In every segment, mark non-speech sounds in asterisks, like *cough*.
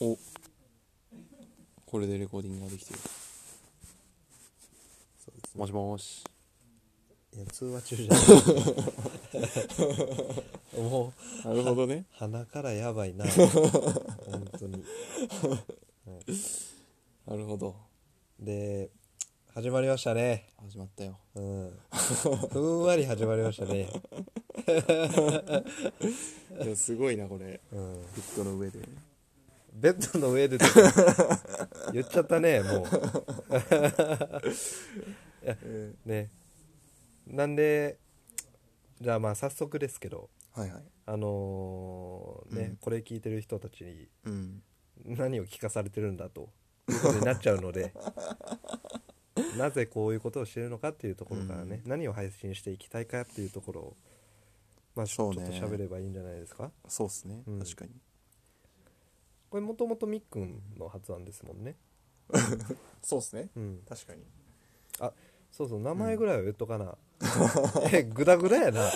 おこれでレコーディングができてるそうですねもしもーしいや *laughs* 通話中じゃないもうなるほどね鼻からやばいな本当に *laughs* なるほどで始まりましたね始まったようんふんわり始まりましたねいやすごいなこれうんベッドの上でベッドの上でとか言っちゃったねも *laughs* えうねなんでじゃあまあ早速ですけどーはいはいあのーね、うんこれ聞いてる人たちにうん何を聞かされてるんだということになっちゃうの *laughs* でなぜこういうことをしてるのかっていうところからね、何を配信していきたいかっていうところをまあちそょ,、うっねと喋ればいいんじゃないですかそうっすね、うん確かにこれもともとみっくんの発案ですもんねそうっすねうん確かにあそうそう名前ぐらいは言っ *laughs* とかな、えグダグダやな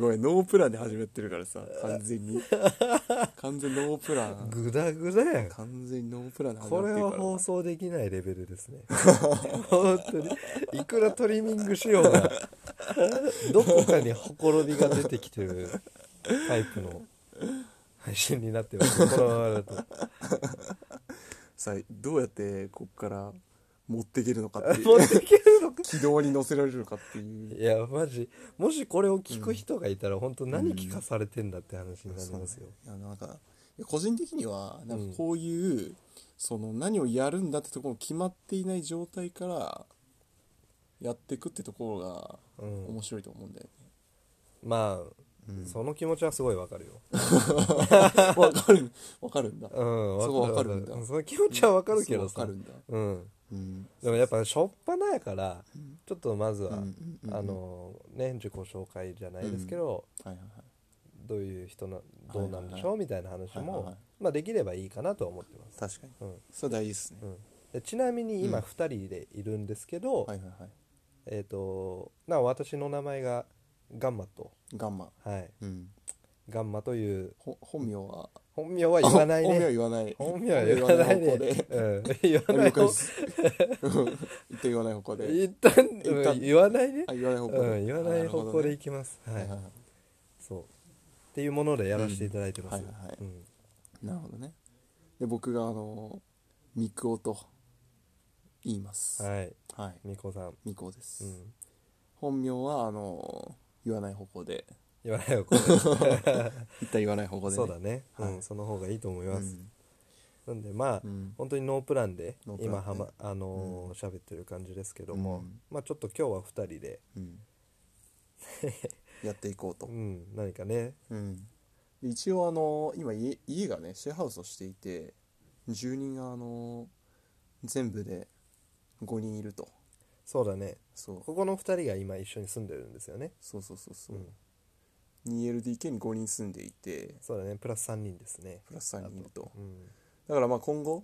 ごめんノープランで始めてるからさ完全 *laughs* に完全ノープラングダグダやん完全にノープランで始まこってれるからは放送できないレベルですね *laughs* 本当にいくらトリミングしようがどこかにほころびが出てきてるタイプの配信になってますこのままだとさあどうやってこっから持っていけるのかって *laughs* いう持ってけるのか軌道に乗せられるのかっていういやマジもしこれを聞く人がいたら、本当何聞かされてんだって話になりますよ、あのなんかいや個人的にはなんかこういう、その何をやるんだってところも決まっていない状態からやっていくってところがうん面白いと思うんだよねまあ、その気持ちはすごいわかるよわ、かるわかるんだ、うんそこわかるんわだその気持ちはわかるけどそうさわかるんだうんうんでもやっぱ初っ端やから、ちょっとまずは、うんうんうんうんあのね自己紹介じゃないですけど、はいはいはいどういう人などうなんでしょう、みたいな話も、はいはいはいまあ、できればいいかなとは思ってます、確かにうんそれ大事ですね、うん、でちなみに今2人でいるんですけど、はいはいはいえっ、となお私の名前がガンマと、ガンマはい、うんガンマというほ本名は本名は言わない本名はね言わない本名は言わないね本名は言わない方向でうん、言わな了解い方です。 *laughs* 一旦言わない方向で。一旦一旦言わないねあ、、言わない方向で。うん、言わない方向でいきます、あ。なはるいほどねそうっていうものでやらせていただいてます、うんはいはいはいうんなるほどね。で、僕が、あの、ミクオと言います。はい。はいみこさん、ミクオでうす。ん、本名は、あの、言わない方向で。言わないよこれ一旦言わない方向でね。そうだね、はいうん、その方がいいと思いまうす、ん。なんでまあ、うん本当にノープランでノープラン今ねはま、あのー喋ってる感じですけどうも、んまあちょっと今日は2人で、うん。 *laughs* やっていこうとう。ん、何かねうん。で一応、あの、今家、家がね、シェアハウスをしていて、住人が、あの、全部で5人いると。そうだねそう。ここの2人が今一緒に住んでるんですよねそうそうそうそうう、ん 2LDK に5人住んでいてそうだねプラス3人ですねプラス3人いるとうんだからまあ今後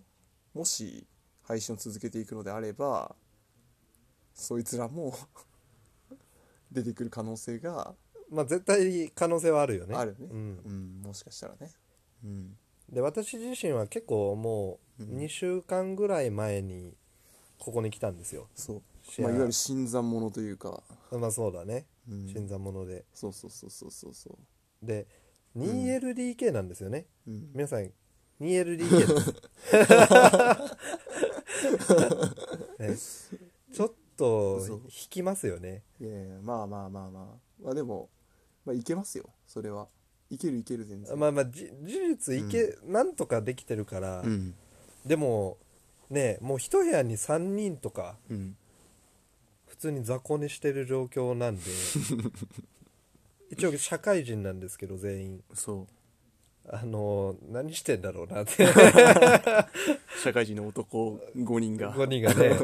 もし配信を続けていくのであればそいつらも *laughs* 出てくる可能性がまあ絶対可能性はあるよねあるねうんうんもしかしたらねうんで私自身は結構もう2週間ぐらい前にここに来たんですよ、そう、シェまアあ、いわゆる新参者というか、まあそうだねうん、新参者でそうそうそうそうそうそで 2LDK なんですよね、う、うん、皆さん *laughs* 2LDK です、ねちょっとそう引きますよねいやいやまあまあまあまあまあでも、まあ、いけますよそれはいけるいける全然まあまあじ事実いけ、なんとかできてるから、うんでもねもう一部屋に3人とかうん普通に雑魚寝してる状況な *laughs* んで一応社会人なんですけど全員そあの何してんだろうなってう社会人の男5人が5人がね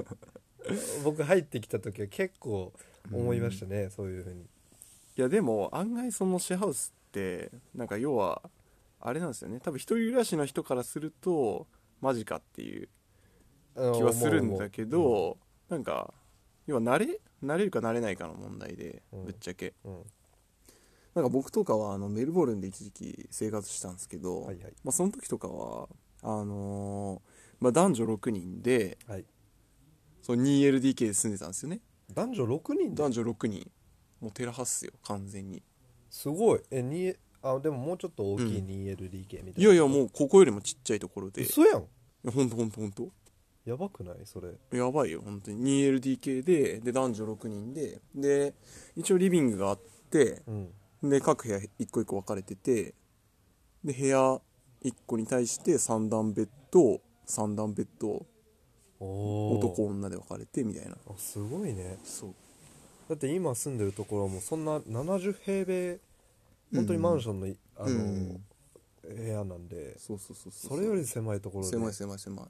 僕入ってきた時は結構思いましたね、そういうふうにいやでも案外そのシェアハウスってなんか要はあれなんですよね多分一人暮らしの人からするとマジかっていう気はするんだけどなんか要は慣れ慣れるか慣れないかの問題でうんぶっちゃけど、うんなんか僕とかはあのメルボルンで一時期生活したんですけど、はいはいまあ、その時とかはあのーまあ、男女6人ではいその 2LDK で住んでたんですよね男女6人で男女6人もうテラハっすよ完全にすごいえにあでももうちょっと大きい 2LDK みたいな、いやいやもうここよりもちっちゃいところでい嘘やんやほんとほんとほんとやばくないそれやばいよ本当に 2LDK でで男女6人でで一応リビングがあってうんで各部屋一個一個分かれててで部屋一個に対して3段ベッド3段ベッドおー男女で分かれてみたいなあすごいねそうだって今住んでるところもそんな70平米本当にマンションの,、あのうん部屋なんでそうそうそうそうそれより狭いところで狭い狭い狭い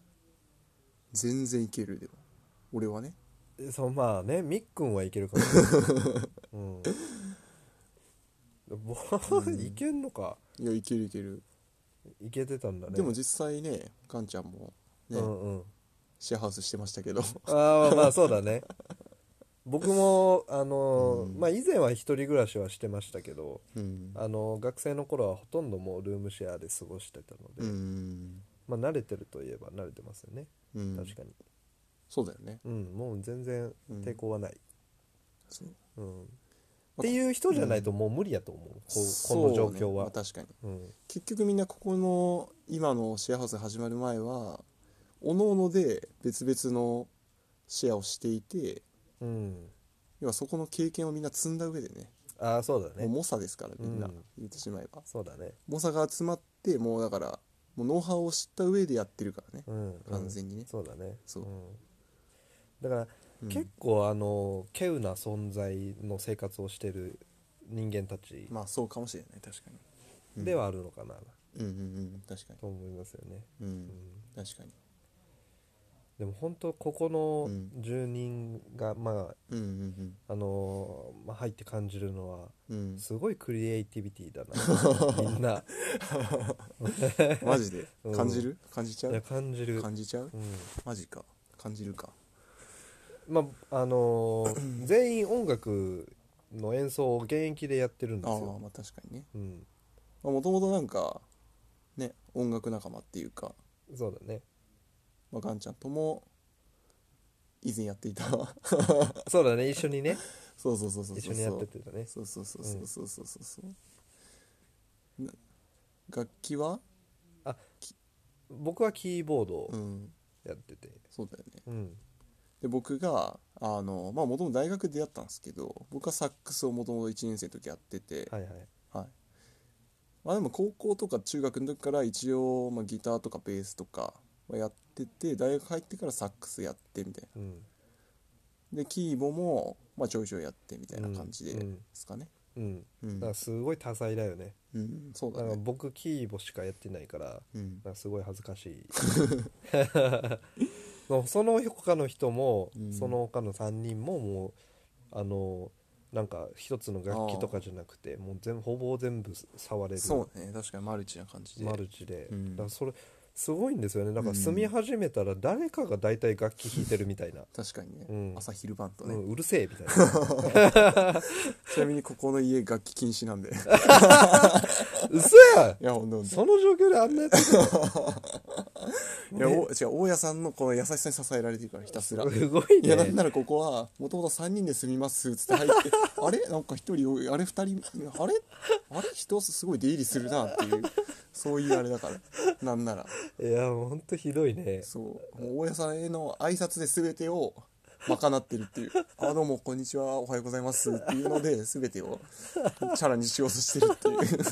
全然いけるでも俺はねえそうまあねみっくんはい *laughs* けるかもしれない、うん、ぼいけんのかいやいけるいける、いけてたんだねでも実際ねカンちゃんもね、うんうんシェアハウスしてましたけど *laughs* ああまあそうだね僕もあのーまあ以前は一人暮らしはしてましたけどうんあのー学生の頃はほとんどもうルームシェアで過ごしてたので、うんまあ慣れてるといえば慣れてますよねうん確かにそうだよねうん、もう全然抵抗はない、そううんっていう人じゃないともう無理やと思う、こうそうこのね状況まあは確かにうん結局みんなここの今のシェアハウス始まる前はおのので別々のシェアをしていてうん要はそこの経験をみんな積んだ上でねああそうだもうね猛者ですからみんな、うん言ってしまえばそうだね猛者が集まってもうだからもうノウハウを知った上でやってるからね、うんうん完全にねそうだねそうんだから、うん結構あの稀有な存在の生活をしてる人間たちまあそうかもしれない確かにではあるのかな、うんうんうん確かにと思いますよねうん、ん確かにでも本当ここうんの住人が、まうんうんああのまあ、入って感じるのはうん *laughs* うんすごいクリエイティビティだ *laughs* なみんなマジでうん感じる感じちゃいやう感じる感じちゃううマジか感じるかん、まああの *laughs* ー全員音楽の演奏を現役でやってるんであすあよ、まあ確かにねうん、もともとなんかね音楽仲間っていうか、そうだねまあ、ガンちゃんとも以前やっていた *laughs* そうだね一緒にねそうそうそうそうそう一緒にやっててたねそうそうそうそうそうそうそうそう、な楽器は僕はキーボードをうんやっててそうだよねうんで僕があのまあもともと大学でやったんですけど僕はサックスをもともと1年生の時やっててはいはいはいまあ、でも高校とか中学の時から一応、まあ、ギターとかベースとかはやってて大学入ってからサックスやってみたいなうんでキーボも、まあ、ちょいちょいやってみたいな感じでうんうんすかねうんうんだからすごい多彩だよねうん、そうだだからね僕キーボしかやってないからうんなんかすごい恥ずかしい *laughs* その他の人も、うんその他の3人ももうあのなんか一つの楽器とかじゃなくてもう全ほぼ全部触れるそうね確かにマルチな感じでマルチで、うんだからそれすごいんですよねだからうん住み始めたら誰かが大体楽器弾いてるみたい *laughs* な、確かにね、うん朝昼晩とうね、ん、うるせえみたい *laughs* なちなみにここの家楽器禁止なん *laughs* で嘘やいやほんとほんとその状況であんなやついやお違う大家さんのこの優しさに支えられてるからひたすら *laughs* すごいいや、なんねならここは、もともと3人で住みますっつって入って、 *laughs* あれなんか1人、あれ2人、あれあれ人すごい出入りするなっていう、そういうあれだから、なんなら。 *laughs* いやもうほんとひどいねそう、もう大家さんへの挨拶で全てを賄ってるっていう、あ、どうも、こんにちは、おはようございますっていうので、全てをチャラにしようとしてるって *laughs* いう。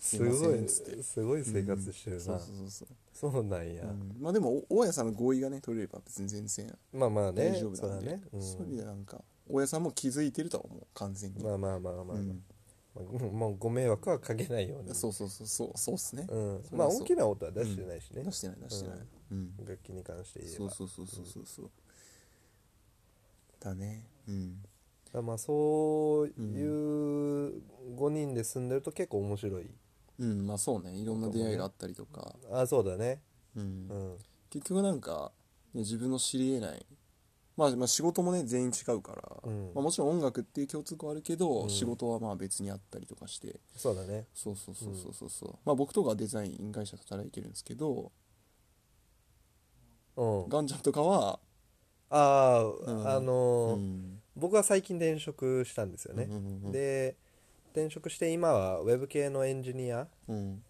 すいませごんっいつってすごい生活してるな、そうそうそうそう。そうなんや、うんまあでも、お大家さんの合意がね、取れれば別に全然まあまあね大丈夫なんで、そうだね、うんそういう意味ではなんか、大家さんも気づいてるとは思う、完全に。まあまあまあまあ、まあうんまあうんもうご迷惑はかけないようにそうそうそうそうそうっすね、うんそれまあはそう大きな音は出してないしね、出してない出してない、うん楽器に関して言えそばうそうそうそうそうそうだねうんだからまあそういう5人で住んでると結構面白いうんまあそうねいろんな出会いがあったりとか、あそうだねうんうん結局なんか、ね、自分の知り得ないまあ、まあ仕事もね全員違うから、うんまあ、もちろん音楽っていう共通項あるけど、うん仕事はまあ別にあったりとかしてそうだねそうそうそうそうそうそう、まあ僕とかはデザイン会社で働いてるんですけどうんガンちゃんとかは、ああ、んあうのーん、僕は最近転職したんですよね、うんうんうんで転職して今はウェブ系のエンジニアうん、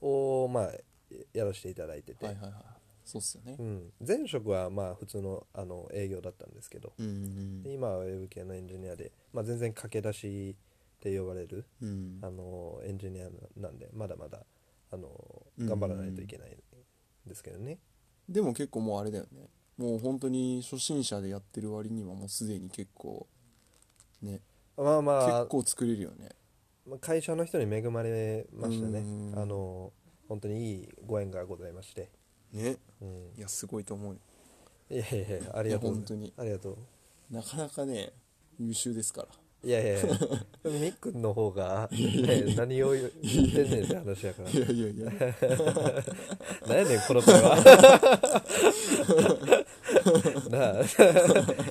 をまあやらせていただいてて、はいはいはいそうっすよねうん、前職はまあ普通のあの営業だったんですけど、うんで今はウェブ系のエンジニアで、まあ、全然駆け出しって呼ばれる、うんうんあのエンジニアなんでまだまだあのうん頑張らないといけないんですけどね、でも結構もうあれだよねもう本当に初心者でやってる割にはもうすでに結構ねまあまあ結構作れるよねまあ会社の人に恵まれましたねうんあの本当にいいご縁がございまして、ねうん、いやすごいと思うよいやいやいやありがというや本当にありがとなかなかね優秀ですからういやいやいや *laughs* でもみっくんの方が、ね、何を言ってんねんって話やからいやいやいや何やねんこの会話なあ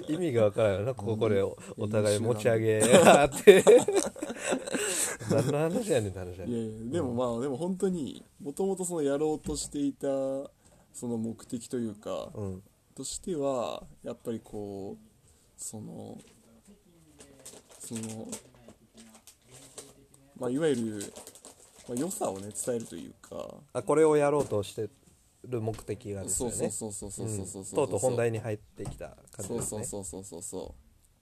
意味が分からんよなここでおお互い持ち上げあって何の話やねんって話やいやいやでもまあでも本当にもともとそのやろうとしていたその目的というかうんとしてはやっぱりこうそのそのまあいわゆる、まあ、良さをね伝えるというかあこれをやろうとしてる目的がですそようそうねそうそうそううんそうそうとうとう本題に入ってきた感じそうですそうねそうそうそうそ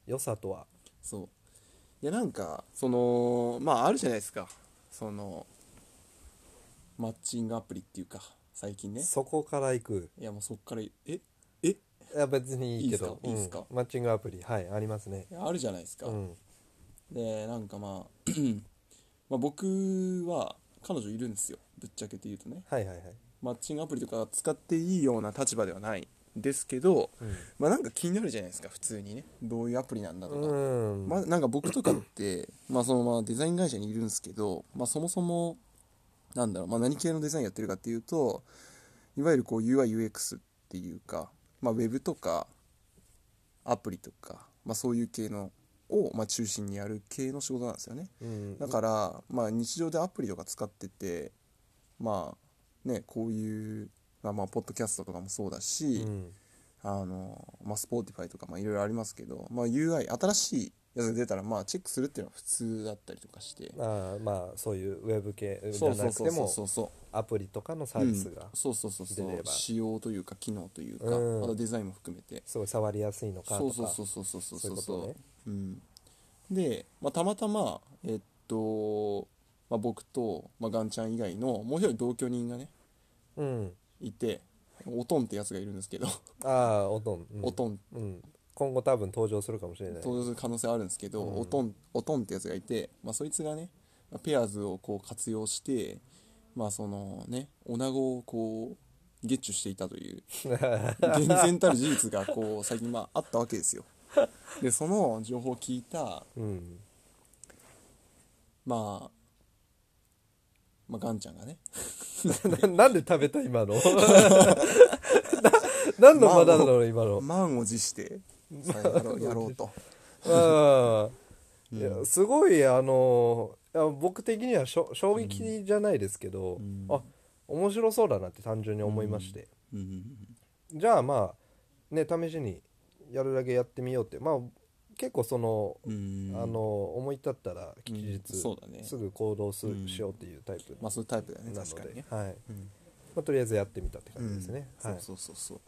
う良さとはそういやなんかそのまああるじゃないですかそのマッチングアプリっていうか最近ねそこから行くいやもうそっからええいや別にいいけどいいっすかいいっすかうんマッチングアプリはいありますねいやあるじゃないですか、うんでなんかまあ *clears throat* まあ僕は彼女いるんですよぶっちゃけて言うとねはいはいはいマッチングアプリとか使っていいような立場ではないんですけど、まあなんか気になるじゃないですか普通にねどういうアプリなんだとうか、ん、うんまあ、なんか僕とかってまあそのまあデザイン会社にいるんですけど、まあ、そもそもなんだろう、まあ、何系のデザインやってるかっていうといわゆるこう UIUX っていうか、まあ、ウェブとかアプリとか、まあ、そういう系のをまあ中心にやる系の仕事なんですよねうんだからまあ日常でアプリとか使っててまあねこういう、まあ、まあポッドキャストとかもそうだし、うんあの、まあ、スポーティファイとか、まあ、いろいろありますけど、まあ、UI、新しいやつが出たら、まあ、チェックするっていうのは普通だったりとかして。まあまあそういうウェブ系じそゃうそなうくそうてそうもそうそう。アプリとかのサービスがうんそうそうそうそ出れう。ば仕様というか、機能というか、うんまたデザインも含めて。すごい触りやすいのかそとうそうかそうそうそうそうそういうことねう。ん。で、まあ、たまたま、えっと、まあ、僕と、まあ、ガンちゃん以外の、もう一人同居人がね、うんいて、おとんってやつがいるんですけど、ああおとんおとんうんうん今後多分登場するかもしれない登場する可能性あるんですけど、おとんおとんってやつがいて、まあ、そいつがねまあペアーズをこう活用してまあそのね女子をこうゲッチュしていたと *laughs* いう厳然たる事実がこう最近まああったわけですよでその情報を聞いたうん *laughs* まあまあガンちゃんがねななんで食べた今の *laughs* な何の間だろう今の満を持してさあや *laughs* ろうやろうとうんいやすごいあのいや僕的にはしょ衝撃じゃないですけど、んあ面白そうだなって単純に思いまして、うんじゃあまあね試しにやるだけやってみようってまあ結構その、うんあの思い立ったら期日、うんそうだねすぐ行動する、うんしようっていうタイプまあそういうタイプだよねな確かのにで、ねんはいまあ、とりあえずやってみたって感じですね、うんはいそうそうそうそう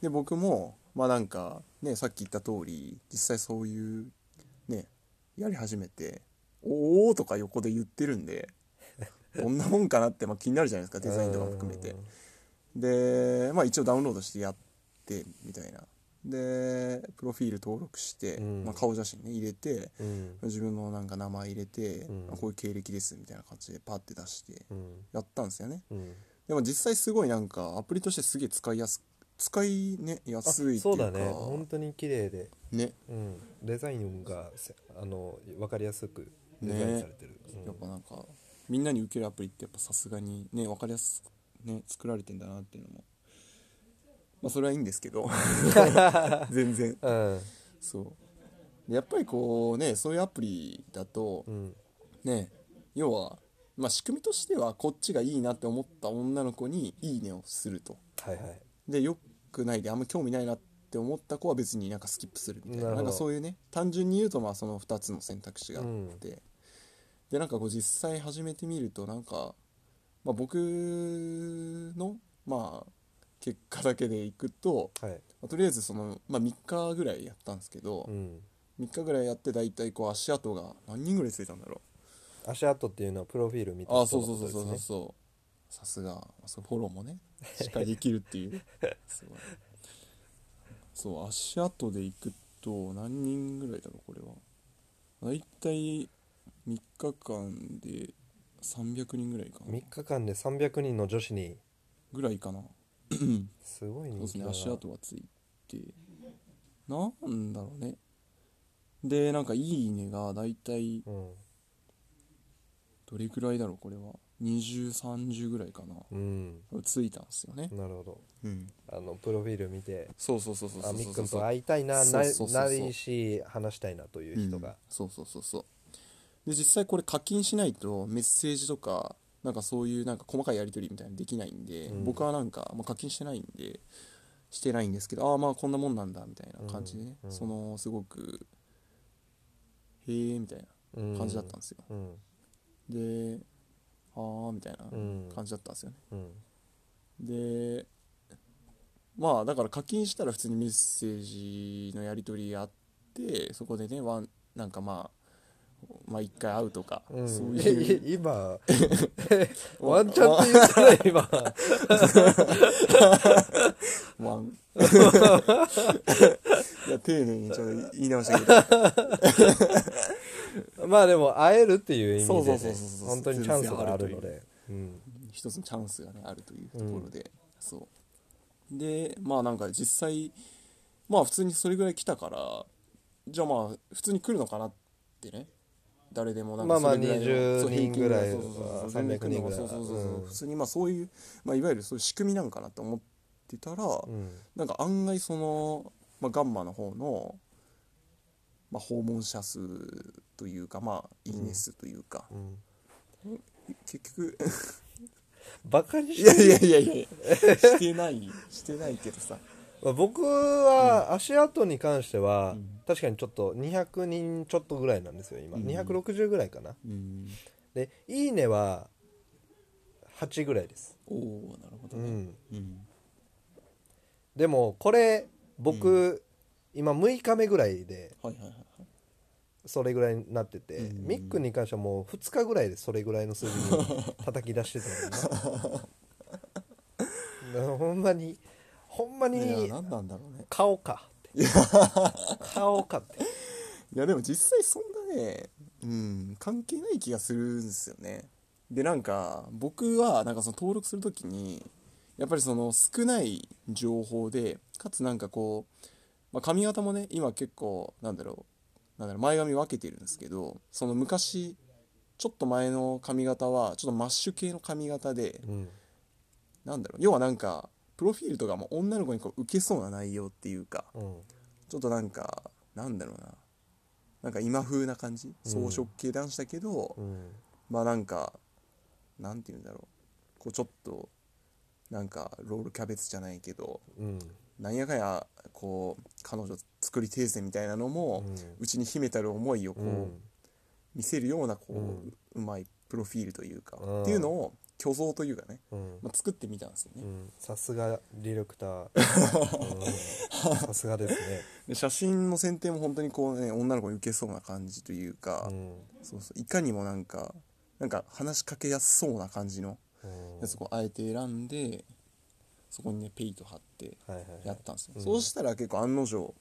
で僕もまあなんかねさっき言った通り実際そういうねやり始めて「おー」とか横で言ってるん *laughs* でどんなもんかなって、まあ、気になるじゃないですかデザインとかも含めてでまあ一応ダウンロードしてやってみたいなでプロフィール登録して、うんまあ、顔写真ね入れてうん自分のなんか名前入れて、うんあこういう経歴ですみたいな感じでパッて出してうんやったんですよね、うんでも実際すごいなんかアプリとしてすげえ使いやす使いねやすいっていそううかだね本当に綺麗で、ねうん、デザインがせあの分かりやすくデザインされてる、やっぱなんかみんなに受けるアプリってやっぱさすがにねわかりやすくね作られてんだなっていうのもまあ、それはいいんですけ *laughs* ど全然うんそうでやっぱりこうねそういうアプリだとうんね要は、まあ、仕組みとしてはこっちがいいなって思った女の子に「いいね」をするとはいはいでよくないであんま興味ないなって思った子は別になんかスキップするみたいななるなほんどかそういうね単純に言うとまあその2つの選択肢があって、でなんかこう実際始めてみるとなんか、まあ、僕のまあ結果だけでいくと、はいまあとりあえずその、まあ、3日ぐらいやったんですけど、うん3日ぐらいやって大体こう足跡が何人ぐらいついたんだろ足跡っていうのはプロフィールみうたいなあそうそうそうそうそうそうさすがまあそうフォローもねしっかりできるって *laughs* いうすごいそう足跡で行くと何人ぐらいだろうこれは大体3日間で300人ぐらいかな3日間で300人の女子にぐらいかなすごいそうで人す気ねだな足跡がついてなんだろうねでなんか「いいね」が大体うんどれくらいだろうこれは2030ぐらいかなうんついたんですよね、なるほどうん、あのプロフィール見てそうそうそうそうそあうみそっうくそうんとそう会いたいなそなうそうそうそうないし話したいなという人がそうそうそうそうで実際これ課金しないとメッセージとかなんかそういうなんか細かいやり取りみたいなのできないんで、うん僕はなんか、まあ、課金してないんでしてないんですけどああまあこんなもんなんだみたいな感じでね、うんうんそのすごくへえみたいな感じだったんですよ、うんでああみたいなうん感じだったんですよね、うんでまあだから課金したら普通にメッセージのやり取りがあってそこでねワンなんかまあまあ一回会うとか、うんそういうえい *laughs* 今ワンチャンって言ったら今ワ *laughs* ンいや丁寧にちょっと言い直したけどまあでも会えるっていう意そう味そでうそうねそうそう本当にチャンスがあるのでうん一つのチャンスがねあるというところで、そうでまあなんか実際まあ普通にそれぐらい来たからじゃあまあ普通に来るのかなってね誰でもなんかまあまあそれぐらいの20そう平均ぐらい人ぐらいそうそうそうそう300人ぐらいそうそうそうそううん普通にまあそういう、まあ、いわゆるそういう仕組みなんかなと思ってたら、うんなんか案外その、まあ、ガンマの方の、まあ、訪問者数というかまあいいね数というか、うん結局バカにいしてやいやいやいやしてないしてないけどさまあ僕は足跡に関してはうん確かにちょっと200人ちょっとぐらいなんですよ今うん260ぐらいかなうんで「いいね」は8ぐらいですおおなるほどうねんうんでもこれ僕、う今6日目ぐらいではいはいはいはいそれぐらいになってて、うんミックに関してはもう2日ぐらいでそれぐらいの数字 *laughs* に叩き出してたのになほんまにほんまいやに何なんだろうね顔か *laughs* って顔かっていやでも実際そんなねうん関係ない気がするんですよねでなんか僕はなんかその登録するときにやっぱりその少ない情報でかつなんかこう、まあ、髪型もね今結構なんだろうなんだろう前髪分けてるんですけどその昔ちょっと前の髪型はちょっとマッシュ系の髪型でうんなんだろう要はなんかプロフィールとかも女の子にこう受けそうな内容っていうかうんちょっとなんかなんだろうななんか今風な感じ装飾系男子だけど、うんまあなんかなんて言うんだろうこうちょっとなんかロールキャベツじゃないけどうんなんやかんやこう彼女作りーゼみたいなのも、ううんちに秘めたる思いをこうう、ん見せるようなこう、ううんまいプロフィールというか、うんっていうのを虚像というかね、うんまあ、作ってみたんですよね、うんさすがディレクター、うんさすがですね、で写真の選定も本当にこうね女の子に受けそうな感じというか、うんそうそういかにもなんかなんか話しかけやすそうな感じのうんやつをこうあえて選んでそこにねペイと貼ってはいはいやはいったんですよ、うんそうしたら結構案の定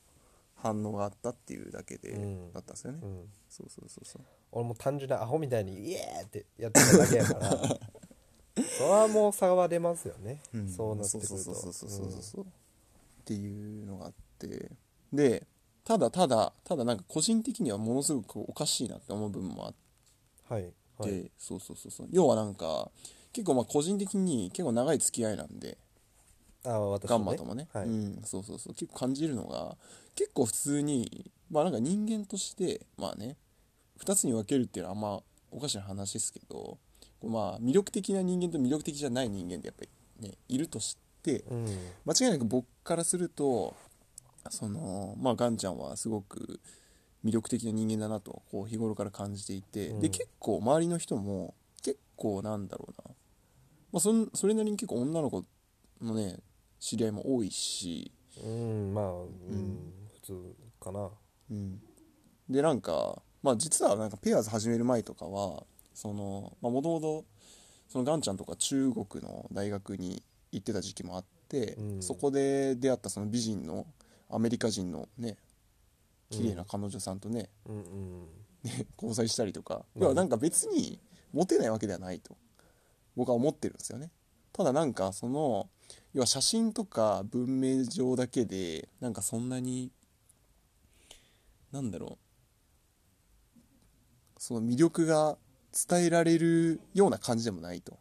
反応があったっていうだけで、うんだったんですよね、うんそうそうそうそう俺も単純なアホみたいにイエーってやってただけやからそれはもう差は出ますよね、んそうなってくるとそうそうそうそうそうそうっていうのがあってでただただただなんか個人的にはものすごくおかしいなって思う部分もあってうんはいはいでそうそうそうそう要はなんか結構まあ個人的に結構長い付き合いなんであ私ガもねンマともね、はいうん、そうそうそう結構感じるのが結構普通にまあなんか人間としてまあね2つに分けるっていうのはあんまおかしな話ですけどまあ魅力的な人間と魅力的じゃない人間ってやっぱりねいるとしてうん間違いなく僕からするとそのまあガンちゃんはすごく魅力的な人間だなとこう日頃から感じていて、うんで結構周りの人も結構なんだろうな、まあ、そんそれなりに結構女の子のね知り合いも多いし、うんまあうん、ん普通かなうん、でなんかまあ実はなんかペアーズ始める前とかはそのまあもともとそのガンちゃんとか中国の大学に行ってた時期もあって、うんそこで出会ったその美人のアメリカ人のね綺麗な彼女さんとね,、うんうんね交際したりとか、うん要はなんか別にモテないわけではないと僕は思ってるんですよねただなんかその要は写真とか文明上だけでなんかそんなになんだろうその魅力が伝えられるような感じでもないと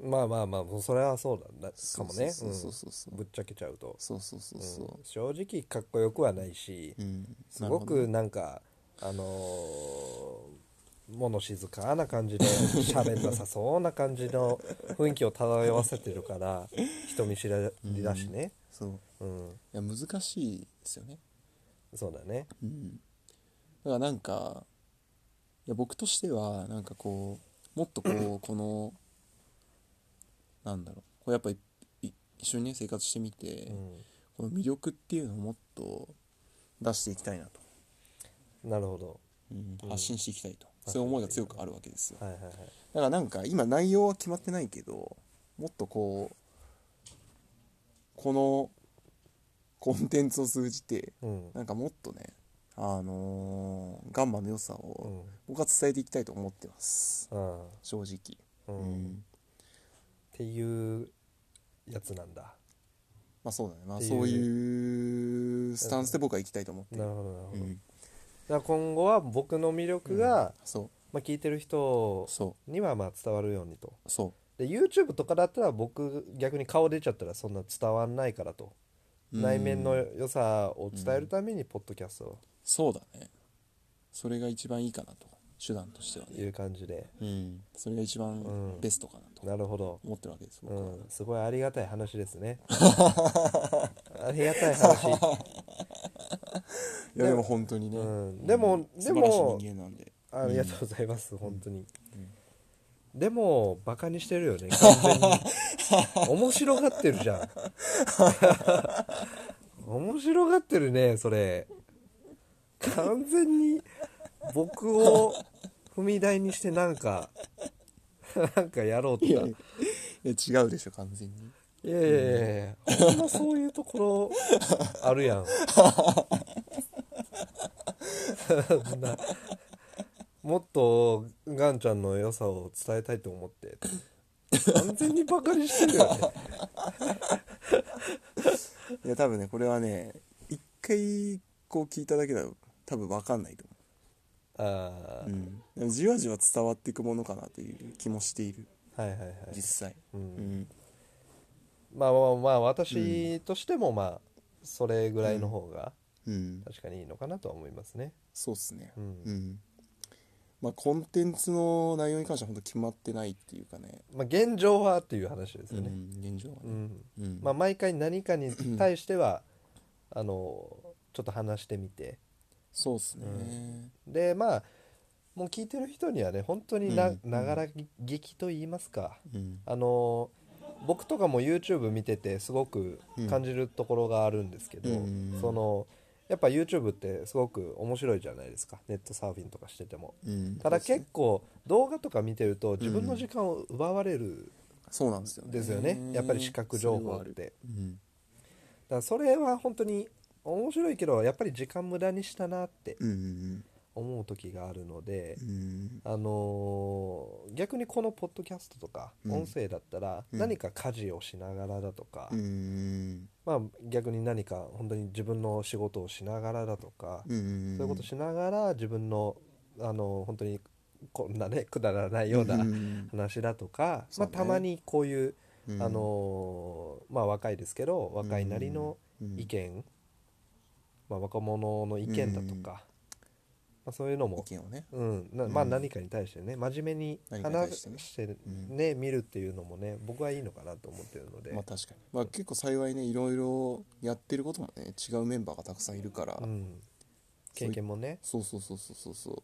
まあまあまあもうそれはそうだなかもねそうそうそうそううんぶっちゃけちゃうと、そうそうそううんそ正直かっこよくはないし、う、うん、すごなるくなんかあのー物静かな感じで喋んなさそうな感じの雰囲気を漂わせてる *laughs* から人見知りだしね、ほどねうんそういや難しいですよねそうだねうん、だからなんかいや僕としてはなんかこうもっとこうこのなんだろうこうやっぱいい一緒にね生活してみて、うこの魅力っていうのをもっと出していきたいなと、んなるほどうん発信していきたいと、そういう思いが強くあるわけですよはいはいはいだからなんか今内容は決まってないけどもっとこうこのコンテンツを通じてうんなんかもっとねあのーガンマの良さうをん僕は伝えていきたいと思ってますあ正直あううんっんていうやつなんだまあそうだねまっあていうそういうスタンスで僕は行きたいと思ってなるるほどなるほうど、だかんら今後は僕の魅力が、そまあ、聞いてる人うそにはまあ伝わるようにとうそで YouTube とかだったら僕逆に顔出ちゃったらそんな伝わんないからとううん内面の良さを伝えるためにポッドキャストそうだねそれが一番いいかなと手段としてはとねいう感じでうんそれが一う番んベストかなとなるほど思ってるわけですう僕はんすごいありがたい話で *laughs* すねありがたい話いやでも本当にねうんでもうんで素も晴らしい人間なんでありがとうございます本当にうんでもバカにしてるよ *laughs* ね完全に面白がってる *laughs* じゃん面白がってるねそれ完全に僕を踏み台にしてなんかなんかやろうっ *laughs* ていいややいいや違うでしょ完全にやいやいやほんまそういうところあるやん *laughs* そんなもっとガンちゃんの良さを伝えたいと思って完全にバカにしてる *laughs* よねいや多分ねこれはね一回こう聞いただけだと多分分かんないとああ、思う、でもじわじわ伝わっていくものかなという気もしているはいはいはい、実際ううんんまあまあまあ私としてもまあそれぐらいの方がうん確かにいいのかなとは思いますねそうっすねうんうんまあコンテンツの内容に関しては本当決まってないっていうかねまあ現状はっていう話ですうよねん現状はうねんうんまあ毎回何かに対してはあのちょっと話してみてそうっすねでまあもう聞いてる人にはね本当になうんながら聞きと言いますかうんあの僕とかも YouTube 見ててすごく感じるところがあるんですけど、うんそのやっぱ YouTube ってすごく面白いじゃないですかネットサーフィンとかしててもうんただ結構動画とか見てると自分の時間を奪われるそうなんですよんねですよね、やっぱり視覚情報それっはあるてうんだからそれは本当に面白いけどやっぱり時間無駄にしたなってうん思う時があるので、うんあのー逆にこのポッドキャストとかうん音声だったらうん何か家事をしながらだとか、うんうんまあ、逆に何か本当に自分の仕事をしながらだとか、うんそういうことしながら自分のあの本当にこんなねくだらないようなうん話だとか、そうまねあ、たまにこういううんあのーまあ若いですけど若いなりのうん意見、まあ、若者の意見だとうんか、まあ、そういうのも意、見をねうんなまあ、うん何かに対してね真面目に何かに対話してねしてね見るっていうのもね僕はいいのかなと思ってるので、まあ確かにまあ結構幸いねいろいろやってることもね違うメンバーがたくさんいるから、うん、経験もねそうそうそうそうそうそ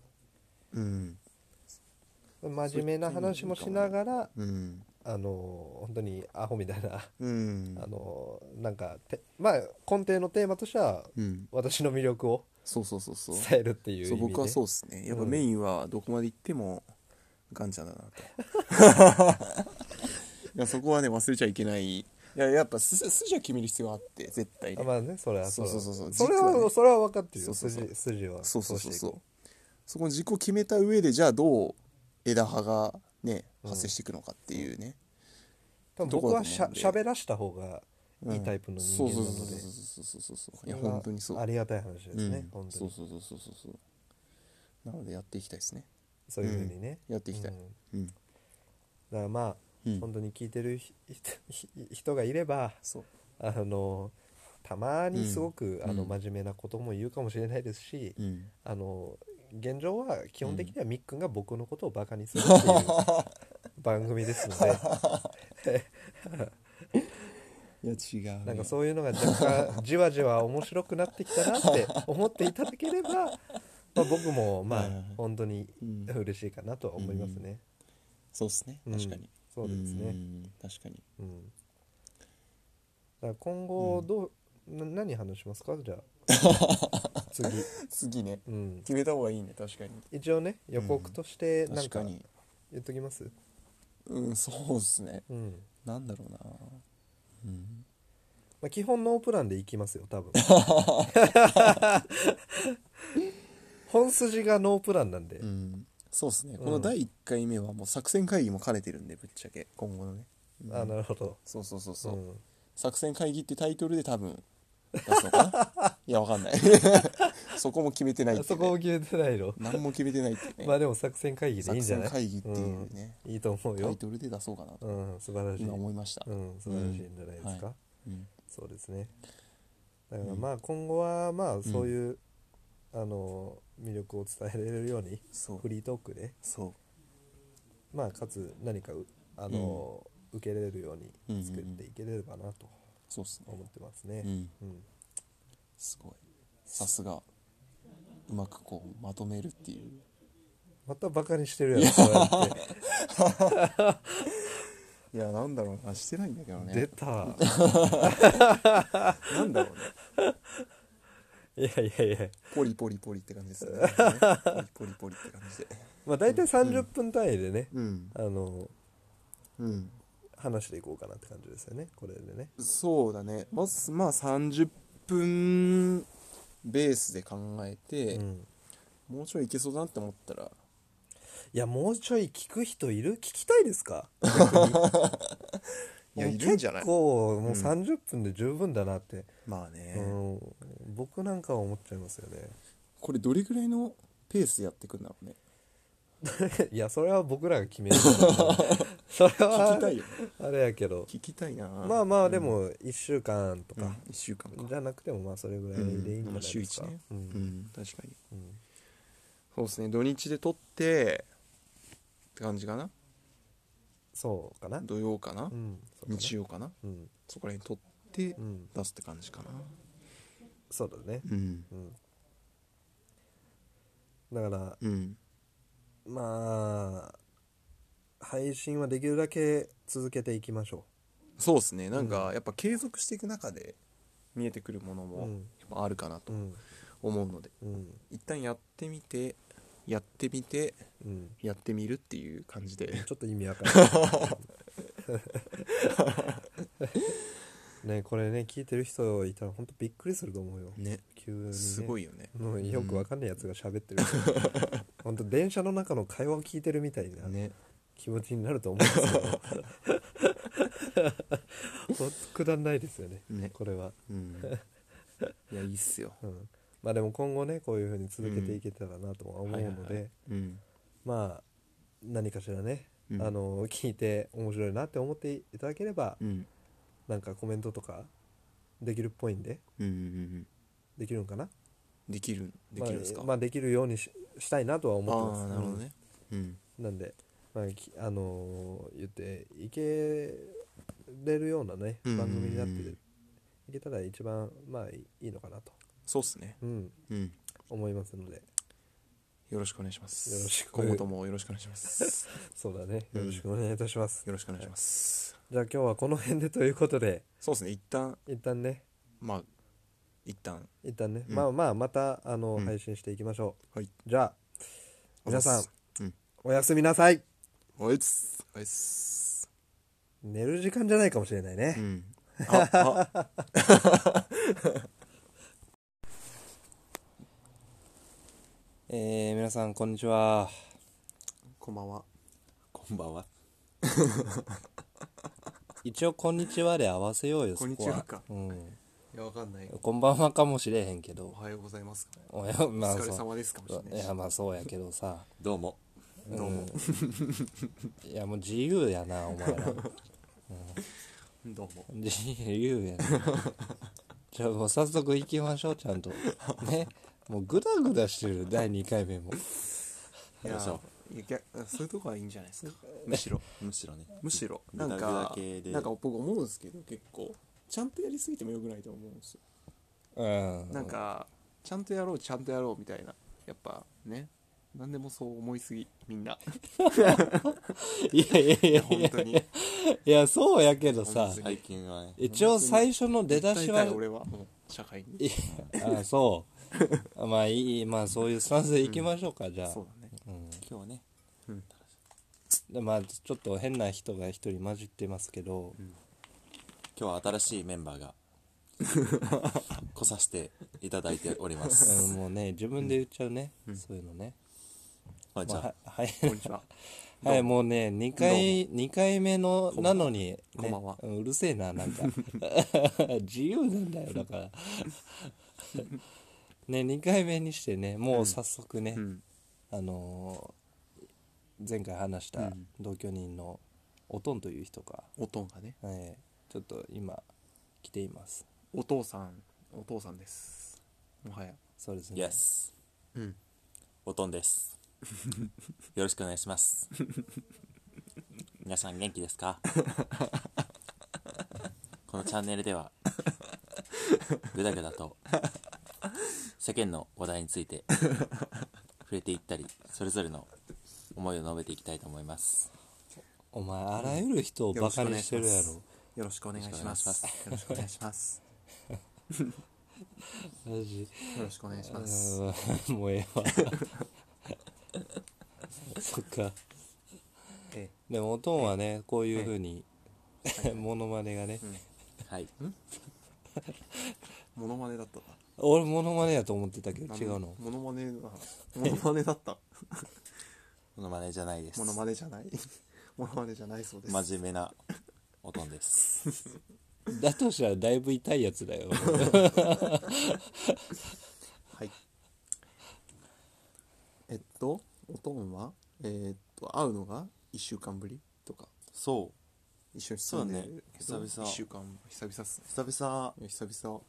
ううん真面目な話もしながらうんあのー本当にアホみたいなうんあのーなんかてまあ根底のテーマとしてはうん私の魅力をそうそうそうそう伝えるっていう意味そうで僕はそうですねやっぱうんメインはどこまで行ってもガンちゃんだなと *laughs* いやそこはね忘れちゃいけないいややっぱす筋は決める必要はあって絶対あにまあねそれはそうそうそうそうそれ実ははねそれは分かってるよそうそうそう筋筋はそうそうしてそいうくそうそこの軸を決めた上でじゃあどう枝葉がね発生していくのかっていうね、多分ところ僕だはとし思うゃんで喋らした方がうんいいタイプの人間なのでそうそうそうそうそうそうそういやそれは本当にそうありがたい話ですね、うん本当そうにそうそうそうそうそうなのでやっていきたいですねそういうふうにね、やっていきたいうんうんだからまあ、うん本当に聞いてるひひ人がいればそうあのたまにすごく、うんあのうん真面目なことも言うかもしれないですし、うんあの現状は基本的にはみっくんが僕のことをバカにするっていう *laughs* 番組ですのでいや違うなんかそういうのが若干じわじわ面白くなってきたなって思っていただけ *laughs* れば、まあ、僕もまあはいはいはい本当にうん嬉しいかなとは思いますね。そうですねうん確かに、そうですねん確かにうん、だから今後どう、な何話しますかじゃ *laughs* あ次、次ねうん、決めた方がいいね確かに一応ね予告としてなん確かか言にっときます、うんそうですねうんなんだろうなうんまあ、基本ノープランでいきますよ多 *laughs* 分本筋がノープランなんで、うんそうですねうんこの第1回目はもう作戦会議も兼ねてるんでぶっちゃけ今後のねうんあなるほどそうそうそうそう、うん作戦会議ってタイトルで多分出すのかな *laughs* いやわかんないそこも決めてないって、ね、そこも決めてないの何も決めてないってね、まあでも作戦会議でい作いんじゃ戦ない会議っていうね、うんいいと思うタよイトルで出そうかなとうん素晴らしい今思いました、うん素晴らしいんじゃないですか、はうんそうですねだからまあ今後はまあそういう、あの魅力を伝えられるようにそうフリートークでそまあかつ何かうあの、受け入れるように作っていければなとうそうっすね思ってますねう、んうんすごいさすがうまくこうまとめるっていうまたバカにしてるやろそう *laughs* やっていやなんだろうなしてないんだけど出たなんだろうねいやいやいやポリポリポリって感じです *laughs* ねポリポリポリって感じでまあ大体30分単位でね、うんあのうん話していこうかなって感じですよねこれでねそうだねまずまあ30分ベースで考えて、うんもうちょいいけそうだなって思ったらいやもうちょい聞く人いる聞きたいですかいやもういるんじゃない結構もううん30分で十分だなって、まあねうん、僕なんかは思っちゃいますよね *laughs* これどれぐらいのペースでやってくんだろうねいやそれは僕らが決めるからねそれ *laughs* 聞きたはいよねあれやけど聞きたいなまあまあでも1週間とうんか一週間かじゃなくてもまあそれぐらいでいいんじゃない週です一か、ねううん、ん確かにうんそうですね土日で撮ってって感じかなそうかな土曜かな、うんそうかな日曜かなうんそこら辺撮ってうん出すって感じかなそうだねうんうんだからうんまあ配信はできるだけ続けていきましょそうですねなんかやっぱ継続していく中で見えてくるものうもんやっぱあるかなうとうん思うので、うん一旦やってみてやってみてうんやってみるっていう感じでちょっと意味わかん *laughs* ないねこれね聞いてる人いたら本当びっくりすると思うよね急に、ね、すごいよねもうよくわかんないやつが喋ってる *laughs* 本当電車の中の会話を聞いてるみたいなね気持ちになると思うん *laughs* ですけど本当くだらないですよねねこれはうんいやいいっすようん、まあでも今後ねこういうふうに続けていけたらなとは思うので、うんまあ何かしらね、うんあの聞いて面白いなって思っていただければ、うんなんかコメントとかできるっぽいんでうんうんうんできるんかなできるできるんですか、まあまあできるようにししたいなとは思ってまあすーなるほどねうんうんなんで、まあきあのー言っていけれるようなねうんうんう番ん組になっていけたら一番まあいいいいのかなと、そうっすねうん、うん思いますのでよろしくお願いしますよろしく今後ともよろしくお願いしますそうだねうんよろしくお願いいたします、よろしくお願いします、じゃあ今日はこの辺でということでそうですね一旦一旦ねまあ一旦一旦ね、うんまあまあまたあの、うん配信していきましょうはいじゃあ皆さんうんおやすみなさいおいつおいつ寝る時間じゃないかもしれないね、うんああえー、皆さんこんにちはこんばんはこんばんは一応「こんにちは」で合わせようよこんにちはかそこうん、いやわかんないこんばんはかもしれへんけおどはようございますおやまおあ疲れそ様ですかもしれうないいしやまあそうやけどさどうもどうもいやもう自由やなお前 *laughs* らどうも自由やなじゃあもう早速行きましょうちゃんとねもうグダグダしてる第2回目もいやよいしょいやそういうとこはいいんじゃないですかむしろむしろねむしろなぐだんぐだか系でなんか僕思うんですけど結構ちゃんとやりすぎてもよくないと思うんですようんなんかちゃんとやろうちゃんとやろうみたいなやっぱね何でもそう思いすぎみんないやいやいやい本や当にいやそうやけどさ本当に最近はね一応最初の出だし訴はえたい俺はもう社会にいやあそうまあいいまあそういうスタンスでいきましょうか、じゃあそうだねうん今日ねでまあちょっと変な人が一人混じってますけど、今日は新しいメンバ *laughs* ーが来させていただいておりま *laughs* うんすもうね自分で言っちゃうね、そういうのね、こんにちまあはははいこんにちははいもうね2回二回目のなのに、ね、こんばんはうんうるせえ *laughs* ななんか自由なんだよだからね2回目にしてねもう早速ね、うんあのー前回話した同居人のおとんという人が、音がねえーちょっと今来ていますお父さんお父さんですもはやそうですイねエスうんおとんですよろしくお願いし *laughs* ます皆さん元気ですかこのチャンネルではぐだぐだと世間の話題について触れていったりそれぞれの思いを述べていきたいと思いますお前あらゆる人をバカにしてるやろよろしくお願いしますよろしくお願いしますマジよろしくお願いし *laughs* あますーもうええわ *laughs* そっかえでもおとんはねこういうふうに *laughs* モノマネがね、はいえモノマネだったな俺モノマネやと思ってたけど違うのモノマネだなモノマネだった *laughs* モノマネじゃないですモノマネじゃない *laughs* モノマネじゃないそうです真面目なおとんです *laughs* だとしたらだいぶ痛いやつだよはいえっとおとんはえーっと会うのが1週間ぶりとかそう一緒に住んでるけそどうだね久々1週間久々っすね久々いや久々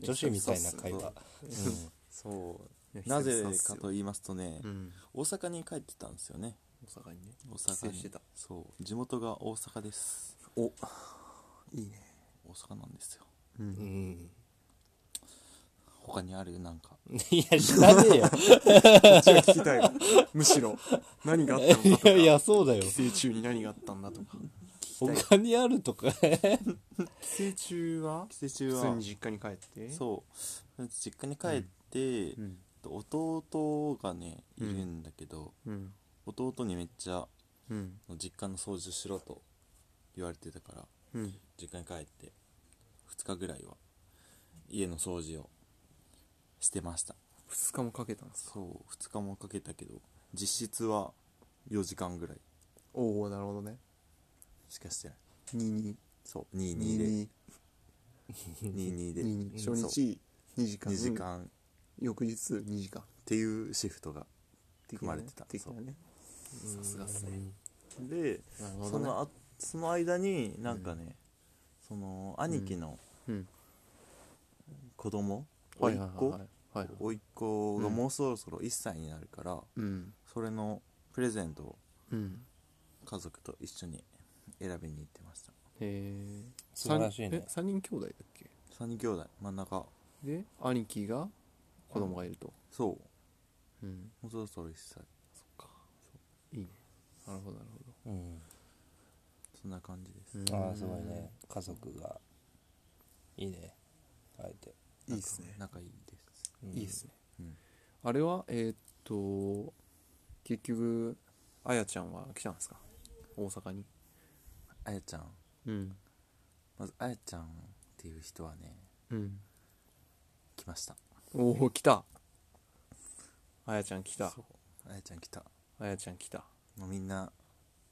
女子みたいな会話 *laughs* そういやな久ぜ々っすよかと言いますとね、うん大阪に帰ってたんですよね大阪にね大帰省阪にしてたそう地元が大阪ですおいいね大阪なんですようん他にあるなんかいや知らねえじよゃ聞きた *laughs* いわむしろ何があったのかとか *laughs* いやそうだよ寄生中に何があったんだとか他にあるとか寄生中は帰普省中通はに実家に帰ってそう実家に帰って、うん弟がねいうんるんだけど、うん弟にめっちゃうん実家の掃除しろと言われてたからうん実家に帰って2日ぐらいは家の掃除をしてました2日もかけたんですかそう2日もかけたけど実質は4時間ぐらいおおなるほどねしかしてない22そう22 22で22で初そう日2時間2時間っ翌日2時間っていうシフトがていう組まれてた的なねさすがっすねでなるほそどねのあその間になんかね、その兄貴のうん子供、は甥いっはい子、はいはいはい甥っ子がもうそろそろ1歳になるから、うんそれのプレゼントをうん家族と一緒に選びに行ってましたへえ素晴らしいね3人兄弟だっけ3人兄弟真ん中で兄貴が子供がいるとそううんもうそろそろ1歳いいねなるほどなるほどうんそんな感じです、ああすごいね家族がいいねあえていいっすね仲いいですうんいいですね、うんあれはえーっと結局あやちゃんは来たんですか大阪にあやちゃんうんまずあやちゃんっていう人はねうん来ましたおお来たあやちゃん来たそうあやちゃん来たあやちゃん来たもうみんな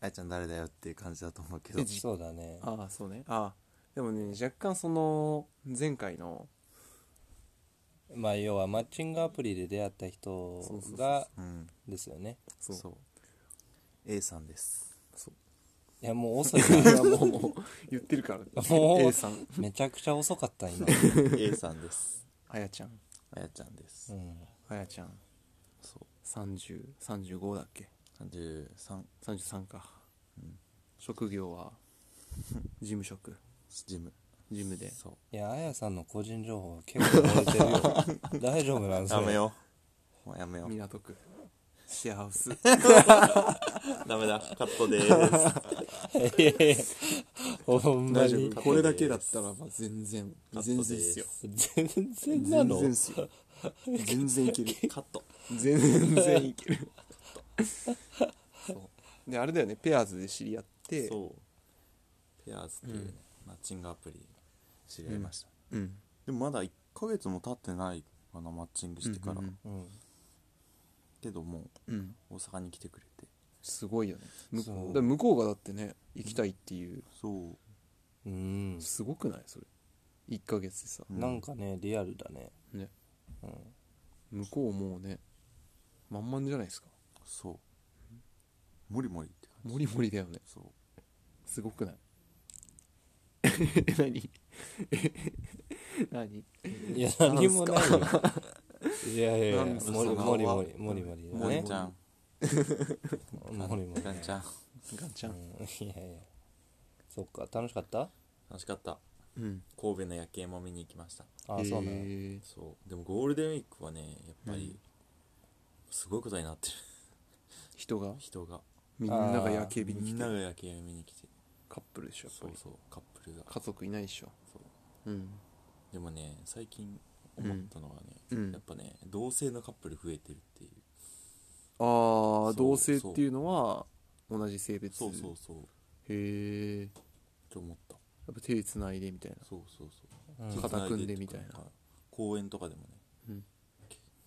あやちゃん誰だよっていう感じだと思うけどそうそうだねああそうねああでもね若干その前回のまあ要はマッチングアプリで出会った人そうそうそうがうんですよねそそうう A さ *laughs* んですいやもう遅いなもう言ってるからもう A さんめちゃくちゃ遅かっ *laughs* た今 A さんですあやちゃんあやちゃんです、うんあやちゃんそう3035だっけ33 33か、職業は *laughs* 事務職ジム事務でそういやあやさんの個人情報結構漏れてるよ大丈夫なんすやめようもうやめよう港区シェアハウスダ *laughs* メだカットで *laughs* ーすいやいやほんま大丈に夫これだけだったらまあ全然カット全然っすよ全然な全の然っすよ全然い *laughs* けるカット全然いける *laughs* そうであれだよねペアーズで知り合ってそうペアーズっていうね、マッチングアプリ知り合いました、うんでもまだ1ヶ月も経ってないかなマッチングしてから、うんうんうんうんけどもうんう大阪に来てくれてすごいよね向そこううだから向こうがだってね行きたいっていうそううんすごくないそれ1ヶ月でさ、んなんかねリアルだねねうん向こうもうね満々じゃないですかそうモリモリって感じモリモリだよねそうすごく *laughs* ない何 *laughs* 何いや何もないよいやいやいやなんすかもりそのもりもりもりもりだモリねちゃんもりもりガンちゃんガンちゃんいやいやそっか楽しかった楽しかったうん神戸の夜景も見に行きましたああそうなの、へーそうでもゴールデンウィークはねやっぱりすごいことになってる人が人がみんなが夜景見みに来んてなが夜景見に来てカップルでしょやっそぱうりそうカップルが家族いないでしょそううんでもね最近思ったのがね、うんやっぱね同性のカップル増えてるっていうあそあう同性っていうのは同じ性別そうそうそうっへえやて思ったっぱ手つないでみたいなそうそうそううん手肩組んで繋いとかみたいな公園とかでもね、うん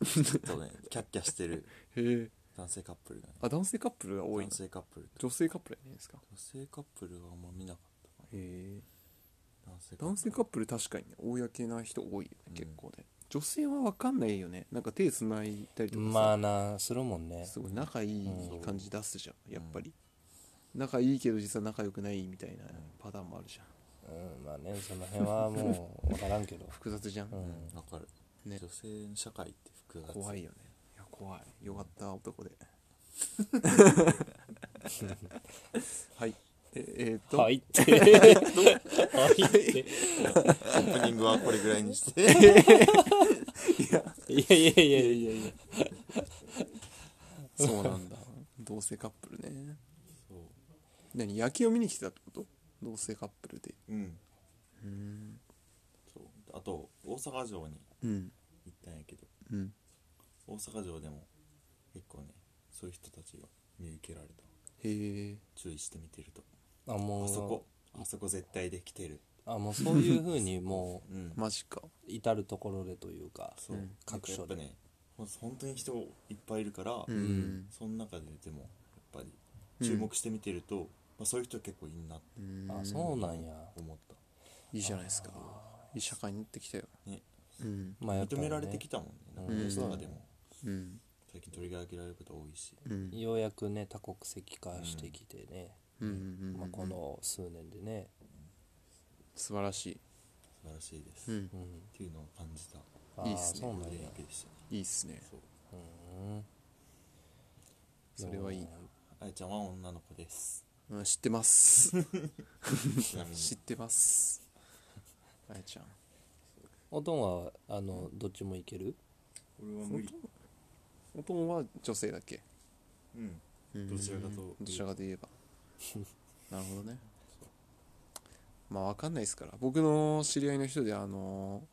ちょっとねキャッキャして *laughs* るへえ男性カップルがねあ男性カップルが多いの男性カップルと女性カップルやねんですか女性カップルはあんま見なかったかへえな男性カップル男性カップル確かにね公な人多いようんね結構ね、女性は分かんないよねなんか手つないだりとかさ、まあなするもんねすごい仲いいうん感じ出すじゃんやっぱり、仲いいけど実は仲良くないみたいなパターンもあるじゃんうんまあねその辺はもう分からんけど複雑じゃん、うんうんわかる、ね女性の社会って複雑怖いよねいや怖いよかった男ではいええーっと、入って入ってオープニングはこれぐらいにし *laughs* ていやいやいやいやそうなんだ同性カップルねそう何夜景を見に来てたってこと同性カップルでうんうんそうあと大阪城にうん行ったんやけどうん大阪城でも結構ねそういう人たちが見受けられたへえ注意して見てるとあもうあそこあそこ絶対できてるあもうそういうふうにもうんマジかう至る所でとい *laughs* うかそううん各所各所ででねほん本当に人いっぱいいるから、うんその中ででもやっぱり注目して見てると、まあ、そういう人結構いいなっうてんあそうなんや思った、いいじゃないですかいい社会になってきたよねうんまあやっぱ認りねめられてきたもんねなんかうんニュースとかでもうん最近取り上げられること多いしうんようやくね多国籍化してきてね、うんうんうんまあ、この数年でね、素晴らし素晴らしいです、い、うっんう、ん、ていうのを感じたああいいっすねそうゴなーんやルデンウィークでしたねいいっすねそううんそれはいいなあやちゃんは女の子ですうん、知ってますちなみに知ってますあやちゃんおとんはあのどっちもいける俺は無理おとんは女性だっけうんうんどちらかとどちらかといえ *laughs* ばなるほどねまあわかんないですから僕の知り合いの人であの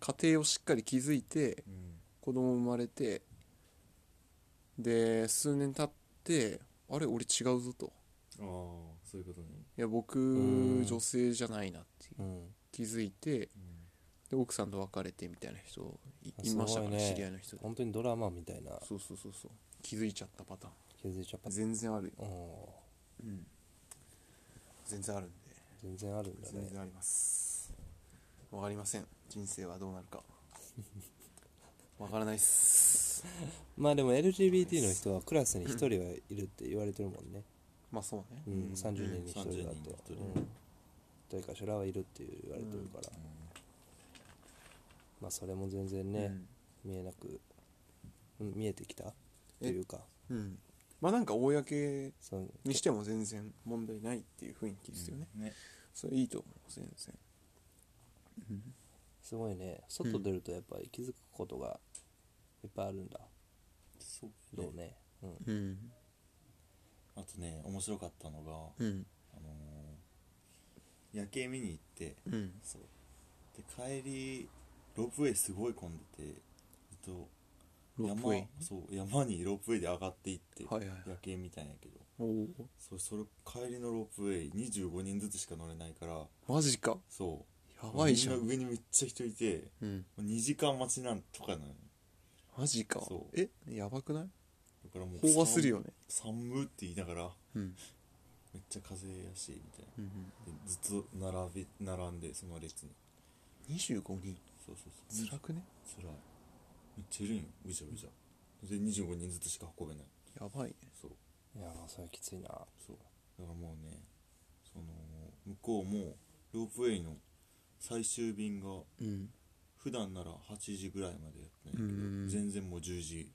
家庭をしっかり築いてうん子供生まれてで数年経ってあれ俺違うぞとああそういうことねいや僕ん女性じゃないなっていううん気づいてうんで奥さんと別れてみたいな人いあいましたから、すごいね知り合いの人で本当にドラマみたいなそうそうそうそう気づいちゃったパターン気づいちゃった全然あるようんうん全然あるんで全然あるんだ全ね然ありますわかりません人生はどうなる *laughs* かわからないっすまあでも LGBT の人はクラスに1人はいるって言われてるもんね、まあそうねうんうん30人に1人だ30人にと一、人うん誰かしらはいるって言われてるから、まあそれも全然ね、見えなく、うん見えてきたとえいうかうん、うんまあなんか公そのにしても全然問題ないっていう雰囲気ですよね、ねそれいいと思う全然すごいね外出るとやっぱり気づくことがいっぱいあるんだそうろうね、うん、うんあとね面白かったのが、うんあのー夜景見に行ってうんそうで帰りロープウェイすごい混んでてずっとロ山ープウェイそう山にロープウェイで上がっていって、はいはいはい夜景みたいなんやけどおおそうそれ帰りのロープウェイ25人ずつしか乗れないからマジかそうやばいじゃみんんな上にめっちゃ人いてうん2時間待ちなんとかなのよマジかそうえやばくないだからもう飽和するよね寒寒って言いながらうんめっちゃ風やしみたいなうんうんでずっと並び並んでその列に25人そうそうそう辛くねつらいめっちゃいるんようじゃうじゃで25人ずつしか運べないやばいねそういやーそれきついなそうだからもうねその向こうもロープウェイの最終便がうん普段なら8時ぐらいまでやっうてないけんうんど全然もう10時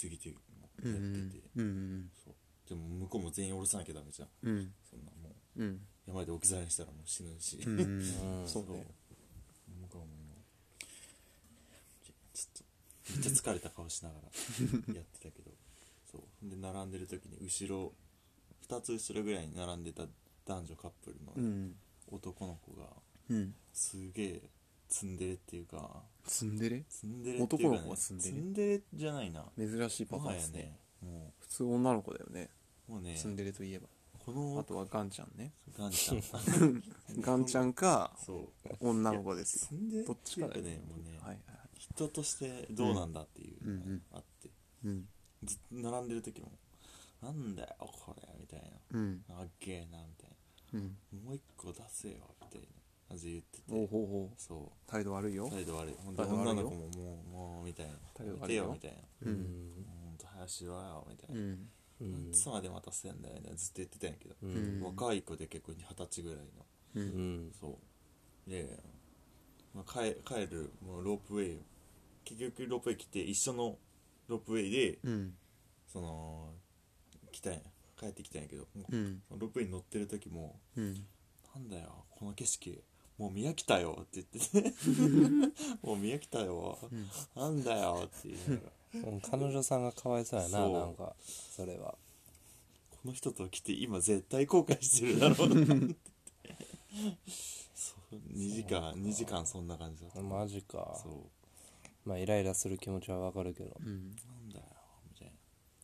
過ぎてやってて、うんそうでも向こうも全員降ろさなきゃダメじゃんうんうんそんなもううん山で置き去りにしたらもう死ぬし、うんうんうんそうね向こうも今ちょっとめっちゃ疲れた顔しながら *laughs* やってたけどそうで並んでる時に後ろ2つ後ろぐらいに並んでた男女カップルうのん男の子がうんすげえツンデレっていうかツンデレツンデレっていうか、ね、男の子がツンデレレじゃないな珍しいパもターはンですやねねも普通女の子だよねうもうねツンデレといえばこのあとはガンちゃんねガンちゃんガンちゃんか *laughs* そう女の子ですツンデレってどっちいかうだかよねもうね、よはい人としてどうなんだっていうのがうんうんあって、うんずっと並んでる時も「なんだよこれ」みたいうんな「あっげえな」みたいうんな「もう一個出せよ」みたいな感じで言ってておうほうほうそ態度悪いうよ態度悪いほんで態度悪いよ女の子ももう「もう」みたいな「態度悪いよ見てよ」みたいなううん「んほんと林はよ」みたいうなんう「いんつまで待たせんだよ」みたいなずっと言ってたんやけどううんん若い子で結構二十歳ぐらいのううんんそうで、まあ、帰帰るもうロープウェイ結局ロープウェイ来て一緒のロープウェイでうんその来たんや帰ってきたんやけどもううんロープウェイに乗ってる時もうん「なんだよこの景色もう見飽きたよ」って言ってて *laughs* 「もう見飽きたよ、なんだよ」って言いながらうん彼女さんがかわいそうやなそうなんかそれは「この人と来て今絶対後悔してるだろうな」って言ってそう2時間2時間そんな感じだったマジかそうまあイライラする気持ちはわかるけどうんなんだよみたいな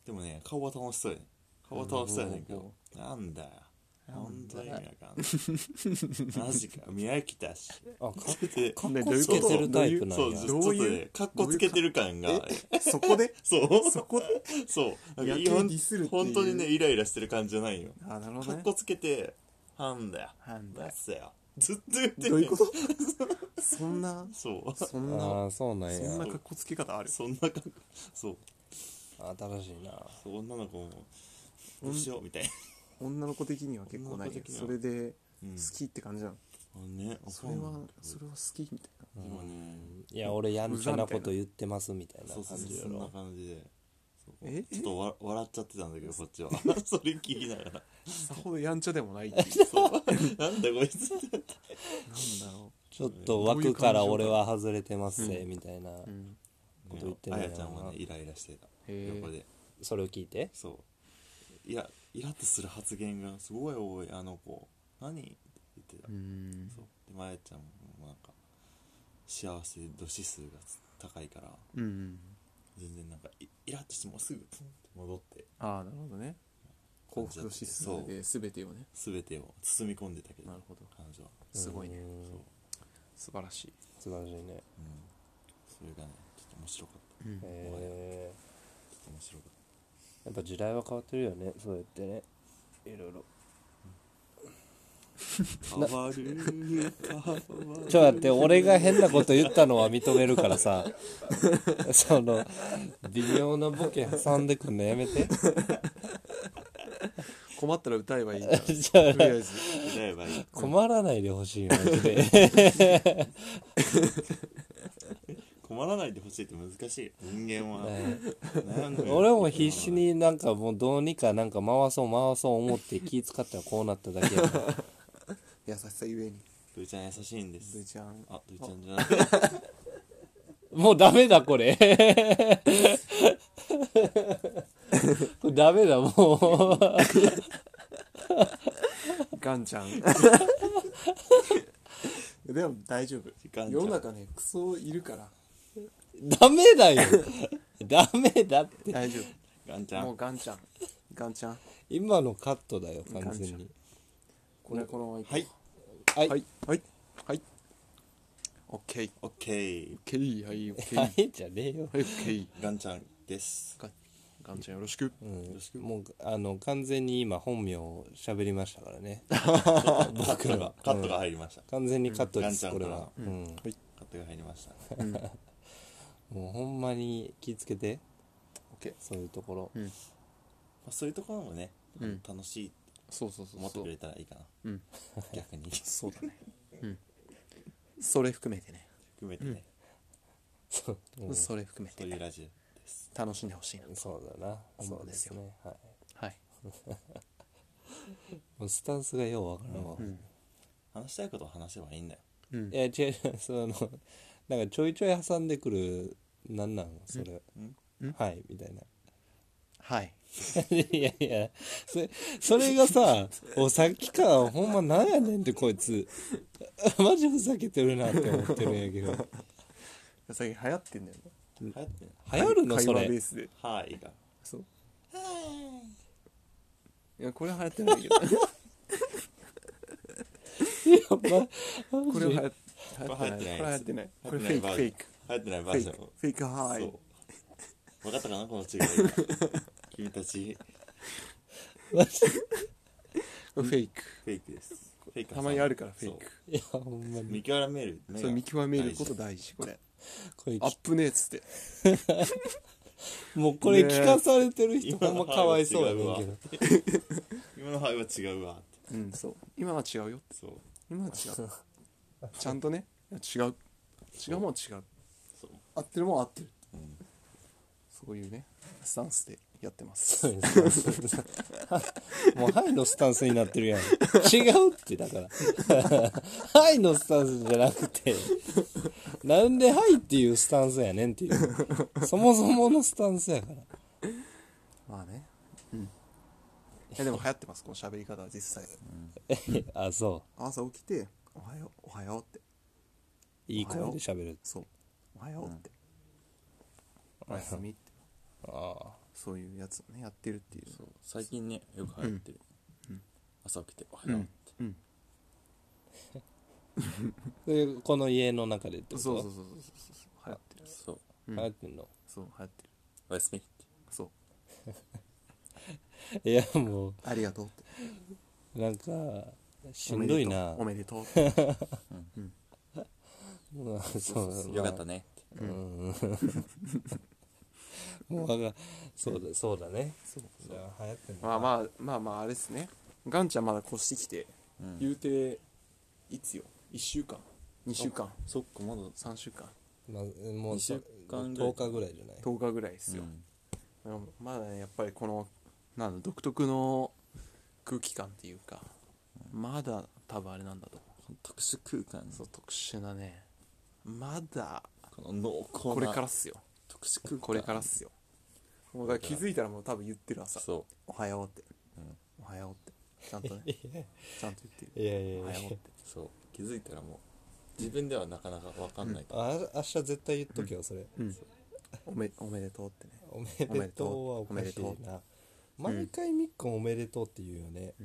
でもね顔は楽しそうやね顔は楽しそうやねんけどなんだよ本当に意味わかんないマジか見飽きたしあかっでかっねこつけてるタイプなんそうやちどょうっというねかっこつけてる感が *laughs* そこでそうそこでそうなんか夜景ほんディスるっていう本当にねイライラしてる感じじゃないよあなるほかどっねこつけてなんだよなんだ出よせよずっと言ってどういうこととそんなそうそんなああそうなんそんやな格好つけ方あるそんな感そう新しいなそう女の子もどうしようみたいな、女の子的には結構ない女の子的にはそれでうん好きって感じなの、ねそれはそうなんだそれは好きみたいな今ねいや俺やんちゃなこと言ってますみたいなそうそ感うそうじやそんなろ感じでそうえちょっとわ笑っちゃってたんだけどこっちは *laughs* それ聞きながらさほどやんちゃでもないっていう *laughs* なんだこいつってなんだろちょっと枠から俺は外れてますぜうんみたいなう、うん、こと言ってんあだよなやちゃんはねイライラしてたへえ横でそれを聞いてそういやイラッとする発言がすごい多いあの子何って言ってた、うんそうでまやちゃんもなんか幸せ度指数が高いからうん全然なんかイイラッとしてもうすぐプンって戻ってああなるほどね幸福度指数そうで全てをね全てを包み込んでたけどなるほど彼女はすごいねうんそう、素晴らしい素晴らしいねうん、それがねちょっと面白かっうたんえちょっと面白かっー、やっぱ時代は変わってるよねそうやってねいろいろた変わる変わるちょっと待って俺が変なこと言ったのは認めるからさ *laughs* その微妙なボケ挟んでくんのやめて *laughs* 困ったら歌えばいいから *laughs* とじゃありあえずやればいい困らないでほしいマジで *laughs* 困らないでほしいって難しいよ人間はね悩んでる俺も必死になんかもうどうにかなんか回そう回そう思って気使ったらこうなっただけ *laughs* やな優しさゆえにルイちゃん優しいんですルイちゃんあルイちゃんじゃないもうダメだこれこれダメだもうガンち *laughs* ゃんでも大丈夫ガンちゃん世の中ねクソいるからダメだよダメだって大丈ガンち夫ゃもうんガンちゃんガンちゃん今のカットだよ完全にこれこのままいこうははいいはいはいはいオッケーオッケーオッケーはいオッケーははいいじゃねえよオッケーガンちゃんですガンガンちゃんよろしくうんろしくもうあの完全に今本名を喋りましたからねカットがカットが入りました完全にカットです、うんこれは、ううんはいカットが入りましたもうほんまに気ぃつけてオッケーそういうところ、うんまあ、そういうところもね、うん楽しいってそうそうそう思ってそくうれたらいいかなうん逆にそうだねうんそれ含めてね含めてね、そううんそれ含めそういてうラジオです楽しんでほしいなそうだな思うんですよそうねははいいもうスタンスがようわからんわ、うん話したいことを話せばいいんだようんいや違う違 *laughs* うそのなんかちょいちょい挟んでくるなんなんそれ、うんはいみたいな *laughs* はいいやいやそれそれがさおさっきからほんまなんやねんってこいつ *laughs* マジふざけてるなって思ってるんやけど最近流行ってんだよね流行ってんの流行るの会そ話ベー *laughs* れスではいがそういやこれは流行ってないけ *laughs* ど *laughs* これは流行これ流行ってないこれは流行ってないこれフェ流行イってクなフェイクい流行ってないフバェーイジョクンフェイクハーイそう分かったかなこの違いが君たちマジ *laughs* フェイクフェイクですフェイクたまにあるからフェイクいやほんまそうに見極める目がそれ見極めること大事これこれアップねえっつってもうこれ聞かされてる人ほんまかわいそうやねんけど今の範囲は違うわってうんそう今は違うよそう今は違う *laughs* ちゃんとねいや違う違うもんは違うそう合ってるもんは合ってるうんそういうねスタンスでやってますそうですもう、ハイのスタンスになってるやん。違うって、だ *laughs* から。ハイのスタンスじゃなくて、なんでハイっていうスタンスやねんっていう。そもそものスタンスやから。 *laughs* まあねうんいやでも流行ってますこの喋り方は実際あ、そ朝起きて「おはようおはよう」ってう。いい声で喋る。そう「おはよう」って「おやすみ」ってあそういうやつをねやってるっていうそう最近ねよく流行ってる、朝起きて「おはよう」って、うんあ。で、この家の中でってことそうそうそうそうそうそう流行ってるそう流行ってんの。そう流行ってる「おやすみ」ってそういや、もう、ありがとうってなんか、しんどいな。おめでとうおめでとうってうんそうよかったねってうん。もうがそうだそうだねそうだ流行ってんのかまあまあまあまああれですねガンちゃんまだ越してきて、うん言うていつよ1週間2週間そっかまだ3週間まあ、もう二週間ぐらい10日ぐらいじゃない10日ぐらいですよ、うんまだねやっぱりこのなんだ独特の空気感っていうかまだ多分あれなんだと思この特殊空間うそう特殊なねまだこの濃厚なこれからっすよ特殊空間これからっすよもうだから気づいたらもう多分言ってる朝そ「おはよう」ってうん「おはよう」ってちゃんと *laughs* ねちゃんと言っているや「いおはやよ」いうやってうそう気づいたらもう自分ではなかなか分かんないから、あ明日絶対言っとけよそれ、うんおめおめでとうってねおめでとうはおかしいおめでな毎回みっくんおめでとうって言うよね、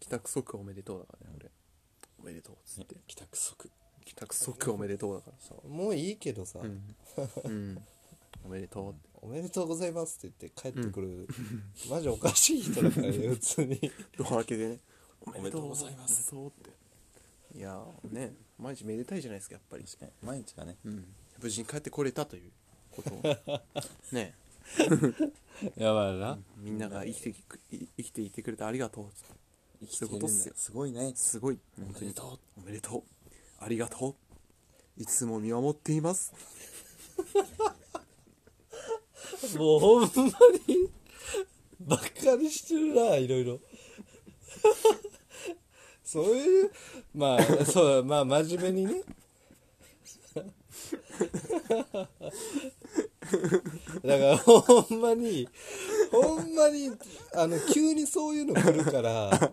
帰宅即おめでとうだからね俺おめでとうっつって帰宅即帰宅即おめでとうだ *laughs* からさもういいけどさ、うん、うん、おめでとうっておめでとうございますって言って帰ってくる、マジおかしい人だからね普通にドア開けでねおめでとうございますおめでとうっていやーね毎日めでたいじゃないですかやっぱり、確かに毎日がねうん、無事に帰ってこれたということ *laughs* をねやばいなみんなが生きてきくい生きていてくれてありがとう生きてるそういんだようことっすよすごいねすごいおめでとおめでとうありがとういつも見守っていますもうほんまにばっかりしてるないろい *laughs* ろそういうまあそうまあ真面目にね *laughs* だからほんまにほんまにあの急にそういうの来るからあ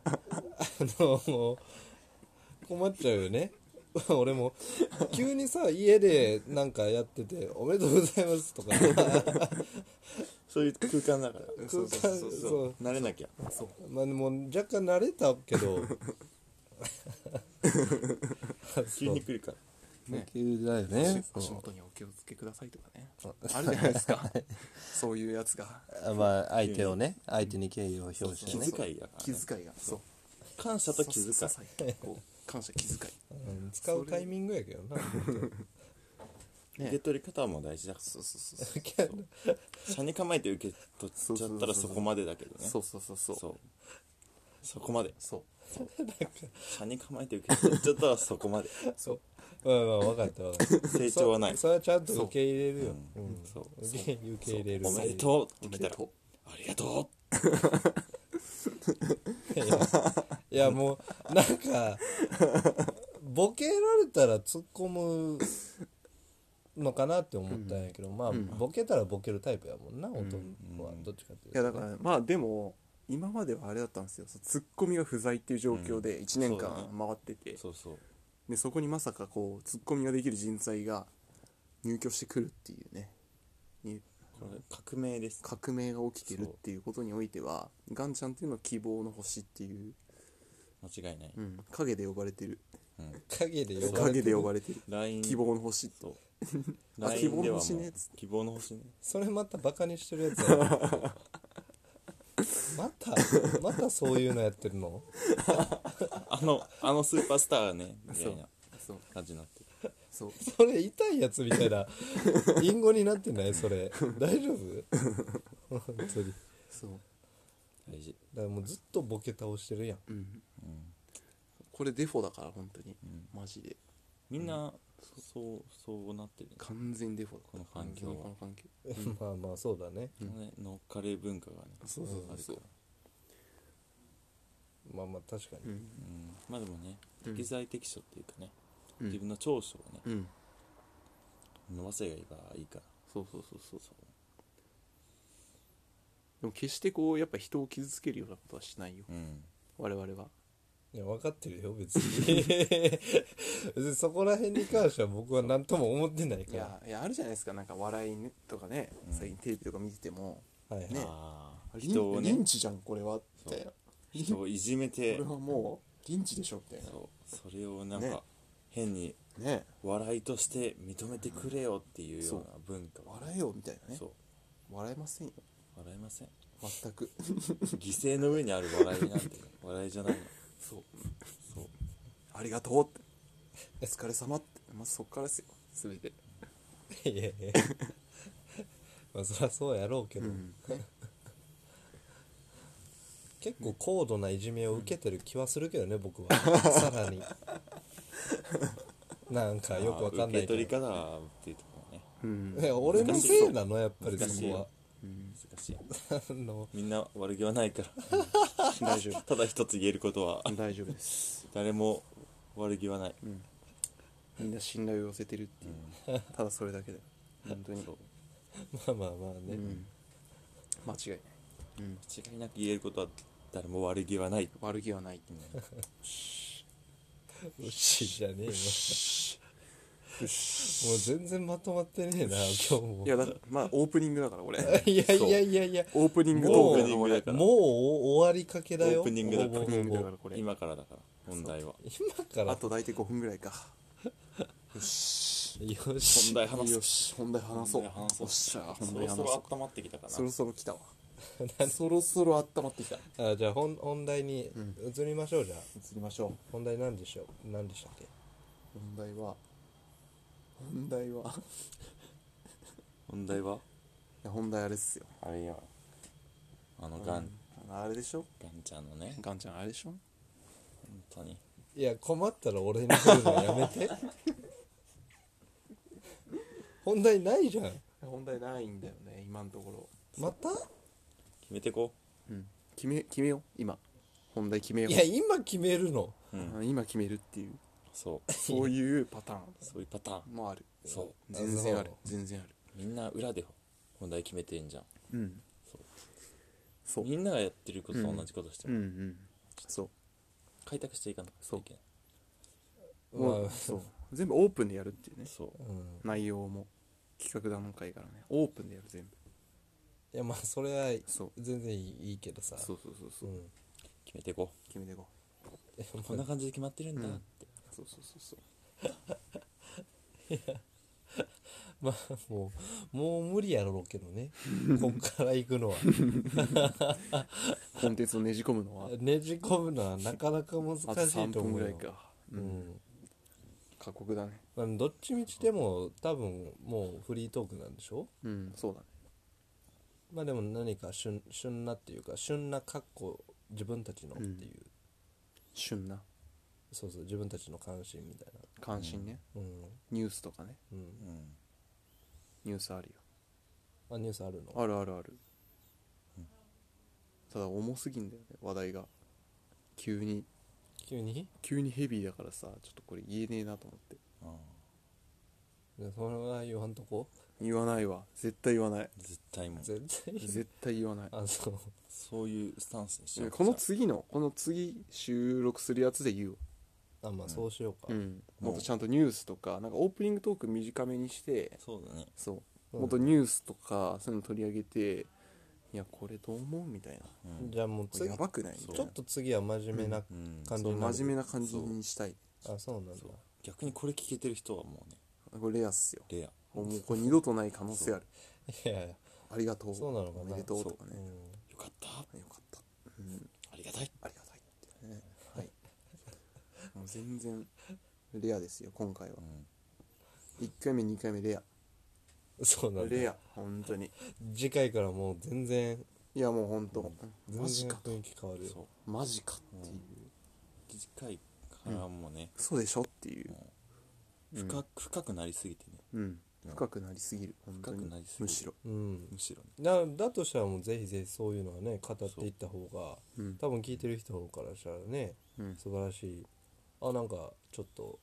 のもう困っちゃうよね俺も急にさ家でなんかやってて「おめでとうございます」とかそういう空間だから *laughs* そうそうそうそう慣れなきゃまあでも若干慣れたけ *laughs* ど急に来るからね急だよね足そう元にお気をつけくださいとかねあるじゃないですかそういうやつがあまあ相手をね相手に敬意を表して気ね遣いだから、気ね、遣いがそう感謝と気遣いささささいこう感謝気遣うん使うタイミングやけどない受け取り方も大事だからそうそう *laughs* そう車に構えて受け取っちゃったらそこまでだけどねそうそうそうそうそうそこまでそう車に構えて受け取っちゃったらそこまでそうまあまあ分かった分かった成長はないそそれはちゃんと受け入れるようんうんそう受け受け入れるおめでとうおってめ来たでらとうありがといやいやもうなんかボケられたら突っ込むのかなって思ったんやけど、まあ、ボケたらボケるタイプやもんな音はどっちかっていういと、やだから、まあでも今まではあれだったんですよそうツッコミが不在っていう状況で1年間そうだね回ってて、うそうそうでそこにまさかこうツッコミができる人材が入居してくるっていうねにこれ革命です革命が起きてるっていうことにおいてはガンちゃんっていうのは希望の星っていう、間違いない、うん、影で呼ばれてるうん、影で呼ばれ影てでる呼ばれてる LINE 希望の星ってと *laughs* あ LINE 希望でのはもう星ねつって希望の星ねそれまたバカにしてるやつやな *laughs* またまたそういうのやってるのあのあのスーパースターがねみたいな *laughs* そう感じになってるそうそれ痛いやつみたいな隠語になってないそれ大丈夫 *laughs* 本当にそう、大事だからもうずっとボケ倒してるやんうん、うんこれデフォだから本当に、んマジでみんなそうそうなってるね完全デフォだこの環境はこの環境まあまあそうだねね乗っかれ文化がねそうそうそうそうあるからまあまあ確かに、うんうんまあでもねうん適材適所っていうかねうん自分の長所をねうん伸ばせばいいからいいからそうそうそうそうそうでも決してこうやっぱ人を傷つけるようなことはしないようん我々はいや分かってるよ別に別にそこら辺に関しては僕は何とも思ってないいかやいやあるじゃないですかなんか笑いとかね、うん最近テレビとか見ててもらはいはい、ねああリン人をねリンチじゃんこれはみたいなこ人をいじめれてはもうリンチでしょみたいそうそれをなんねか変になね笑いとして認めてくれよっていうようなそ文化をね笑えよみたいなねそう笑えませんよ笑いません全 *laughs* く犠牲の上にある笑いな *laughs* んてね笑いじゃないのそうそうありがとうってお疲れ様ってまずそっからですよ全ていやいやまあそりゃそうやろうけど、うん結構高度ないじめを受けてる気はするけどね僕はさらになんかよくわかんな受けい取けり方っていうところねうんど *laughs* いや俺のせいなのやっぱり難しそいこはようん難しいあのみんな悪気はないから大丈 *laughs* ただ一つ言えることは夫大丈夫です、誰も悪気はないうん、みんな信頼を寄せてるっていう、ただそれだけだよ本当にそうまあまあまあうね、ん、間違いない、うん、違いなく言えることは誰も悪気はない悪気はない、うっしじゃねえよもう全然まとまってねえな今日もいやだまあオープニングだから俺いやいやいやいやオープニングもトーうオクーだプからこれニングだオからもう終わりかけだよオープニングだからーほぼプニングだほぼからこれ今からだから問題は今からあと大体5分ぐらいかよし本題話よすし本題話そう本題話そうおっしゃ本そ題ろ話そそうろ温まってきたかなそろそろ来たわそろそろ温まってきた移あじゃあ本本題に移りましょうじゃあ、りましょう本題何でしょう何でしたっけ問題は問題はい問題はや本題あれっすよあれやあのガンあのあれでしょガンちゃんのねガンちゃんあれでしょ本当にいや困ったら俺に来るのやめて本題ないじゃん本題ないんだよね今のところまた決めてこうん決め決めよう今本題決めよいや今決めるのううんう今決めるっていうそうそういうパターそういうパターンンもあるそう全然あるあ全然あるみんな裏で本題決めてんじゃんうんそうそうみんながやってることと同じことしてうんも、うんそ開拓していかなきゃいけないうまあもうそう全部オープンでやるっていうねそううん内容も企画段階からねオープンでやる全部いやまあそれはそう全然いいいいけどさそうそうそうそううん決めていこ決めていこいやうこまんなあ感じで決まってるんだうんって、うそうそうそうそう *laughs* まあもうもう無理やろうけど *laughs* ねこっから行くのはコンテンツをねじ込むのはねじ込むのはなかなか難しあと3いと分思ぐうらいよかううんん過酷だねまあどっちみちでも多分もうフリートークなんでしょうんそうだねまあでも何か旬旬なっていうか旬な格好自分たちのっていう、旬なそうそう自分たちの関心みたい関心ねなニュースとかねうんううんん、ニュースあるよあニュースあるのあるあるあるただ重すぎんだよね話題が急に急に急にヘビーだからさちょっとこれ言えねえなと思ってあでそれは言わんとこ言わないわ絶対言わないー絶対もう絶対絶対言わないあそうそういうスタンスにしようこの次のこの次収録するやつで言うわあまあそうしよううか、んもっとちゃんとニュースとかなんかオープニングトーク短めにしてそうだねそううんもっとニュースとかそういうの取り上げていやこれどう思うみたいなうんじゃあもうこれ次やばくないみたいちょなっと次は真面目なうん感じそうになる真面目な感じにしたいあそうなんだ逆にこれ聞けてる人はもうねこれレアっすよレアもうこれ二度とない可能性あるいやいやありがとうそうなのかなおめでとうとかうねんよかったよかったうんありがたいありがたいってね *laughs* はいもう全然レアですよ今回はうん1回目2回目レアそうなんだレア本当に次回からもう全然いやもう本当全マジ然か雰囲気変わるよそうマジかっていう次回からもね、嘘でしょっていうもう深く深くなりすぎてねうん深くなりすぎる本当深にくなりすぎるむしろうんむしろねだだとしたらもうぜひぜひそういうのはね語っていった方がうん多分聞いてる人からしたらねうん素晴らしいあなんかちょっと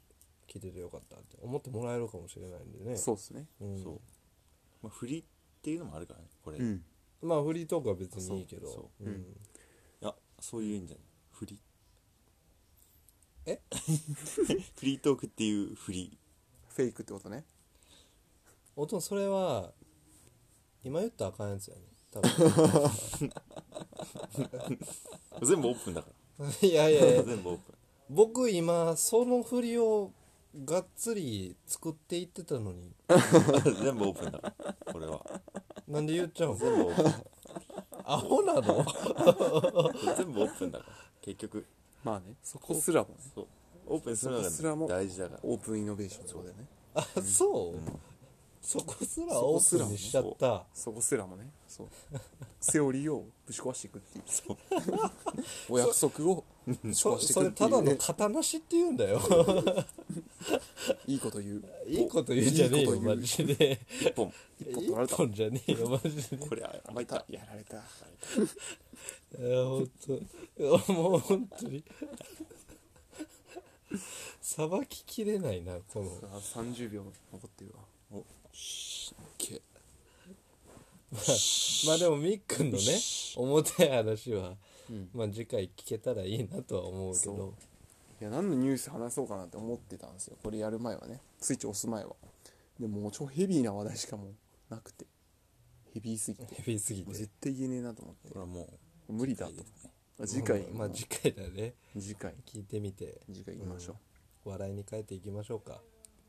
聞いててよかったって思ってもらえるかもしれないんでねそうっすねうん、そう、まあ、振りっていうのもあるからねこれ、ういんまあフリートークは別にいいけどそうそううんやそういうんじゃない振りえ *laughs* フリートークっていう振りフェイクってことねおとんそれは今言ったらあかんやつやね多 *laughs* 分全部オープンだかいやいやいらや全部オープン僕今その振りをがっつり作っていってたのに全部オープンだ *laughs* からこれはなんで言っちゃうの全部オーアホなのプン全部オープンだから結局まあねそこすらもねそうオープンするそこすらのもが大事だからオープンイノベーションそうだよねあそう、そこすらオープンにしちゃったそこすらもねそうセオリーをぶち壊していくっていうそう *laughs* お約束をぶちそ壊していそくれっていたうだね、の型なしって言うんだ *laughs* よいいこと言ういいこと言うんじゃねえいいこよと言マうジで一本一歩一取られた本じゃねえよマジでこれあまたやられたいや本当いやもう本当にさばききれないなこのあ30秒残ってるわおしけまあでもみっくんのね重たい話は、うんまあ次回聞けたらいいなとは思うけどいや何のニュース話そうかなって思ってたんですよこれやる前はねスイッチ押す前はでももう超ヘビーな話題しかもうなくてヘビーすぎてヘビーすぎもうて絶対言えねえなと思ってこれはも無理だとあ次回まあまあ次回だね次回聞いてみて次回行きましょう、笑いに変えていきましょうか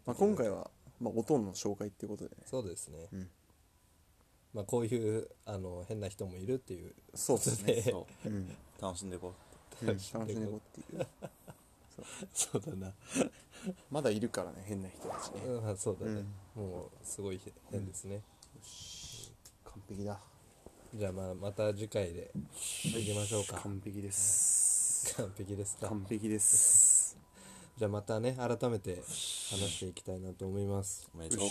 まあ、今回は、まあ、おとんの紹介っていうことでねそうですね、んまあこういうあの変な人もいるっていうそうですねうそううん楽しんでいこうん楽しんでいこうっていう *laughs* そうだな、まだいるからね変な人たちねうん、そうだね、もうすごい変ですね、完璧だじゃあまあまた次回でいきましょうか完璧です完璧ですか完璧ですじゃあまたね改めて話していきたいなと思いますうおめでとう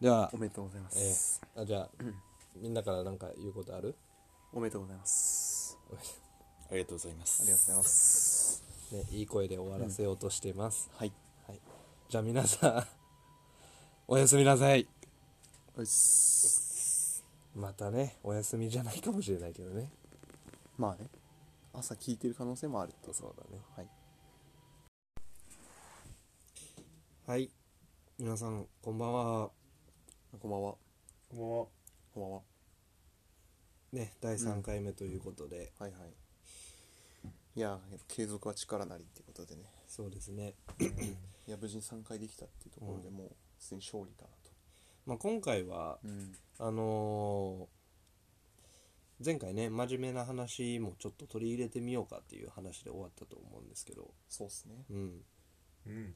ではお、めでとうございまえすーあじゃあ、みんなから何か言うことある、 *laughs* おめでとうございますありがとうございますありがとうございますね、いい声で終わらせようとしています、はいはい、じゃあ皆さん *laughs* おやすみなさいおいっすまたねお休みじゃないかもしれないけどねまあね朝聞いてる可能性もあるってそうだねはいはい皆さんこんばんはこんばんはこんばんはこんばんはね第3回目ということで、はいはいいや継続は力なりっていうことでねそうですね、いや無事に3回できたっていうところでもうすでに勝利かなとまあ、今回はうんあのー前回ね真面目な話もちょっと取り入れてみようかっていう話で終わったと思うんですけど、そうっすねうん、うん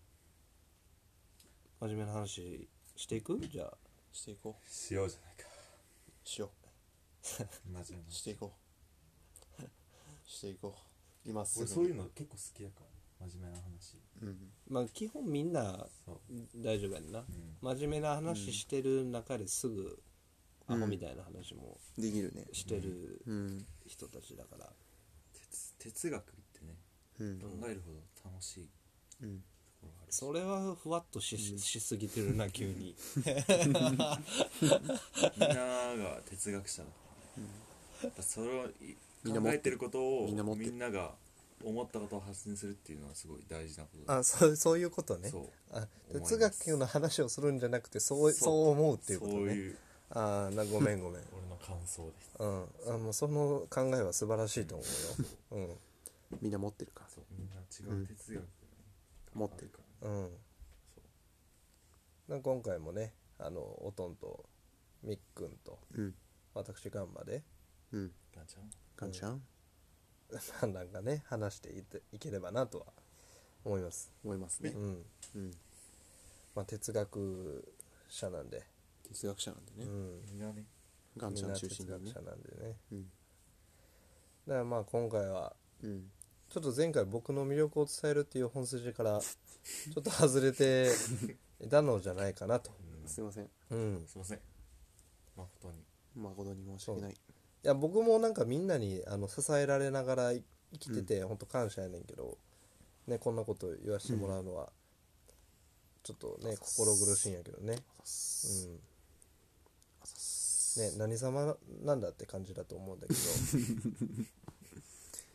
真面目な話していくじゃあしていこしようじゃないかうしよマジでうしていこうしていこう今すぐ俺にそういうの結構好きだから真面目な話うんまあ基本みんなそう大丈夫やんな、ん真面目な話してる中ですぐアホみたいな話もできるねしてるうん人たちだから、哲哲学ってねうん考えるほど楽しいうんところがあるそれはふわっとし,、しすぎてるな急にみんなが哲学者だからねやっぱそれをいみんな持っ考てえてることをみんな持ってみんなが思ったことを発信するっていうのはすごい大事なことだあそうそういうことねそうあ思います哲学の話をするんじゃなくてそうそうそう思うっていうこそうとねいうああなごめんごめん俺の感想ですうんあもうその考えは素晴らしいと思うよみんな持ってるからそうみんな違う哲学が持ってるからねうんうんなんか今回もねあのおとんとみっくんとうん私ガンマでうんガチャンかんちゃんなんなんかね話していていければなとは思います思いますねうんうんまあ哲学者なんで哲学者なんでねうんみんなねガンみちんゃんな中哲心に学ね者なんでねうんだからまあ今回はうんちょっと前回僕の魅力を伝えるっていう本筋 *laughs* からちょっと外れていたのじゃないかなと、すいませんうん、すいません誠に誠に申し訳ないいや僕もなんかみんなにあの支えられながら生きてて、ほんと感謝やねんけど、ね、こんなこと言わせてもらうのは、ちょっとね心苦しいんやけどね、あざっすうん、あざっすね何様なんだって感じだと思うんだけど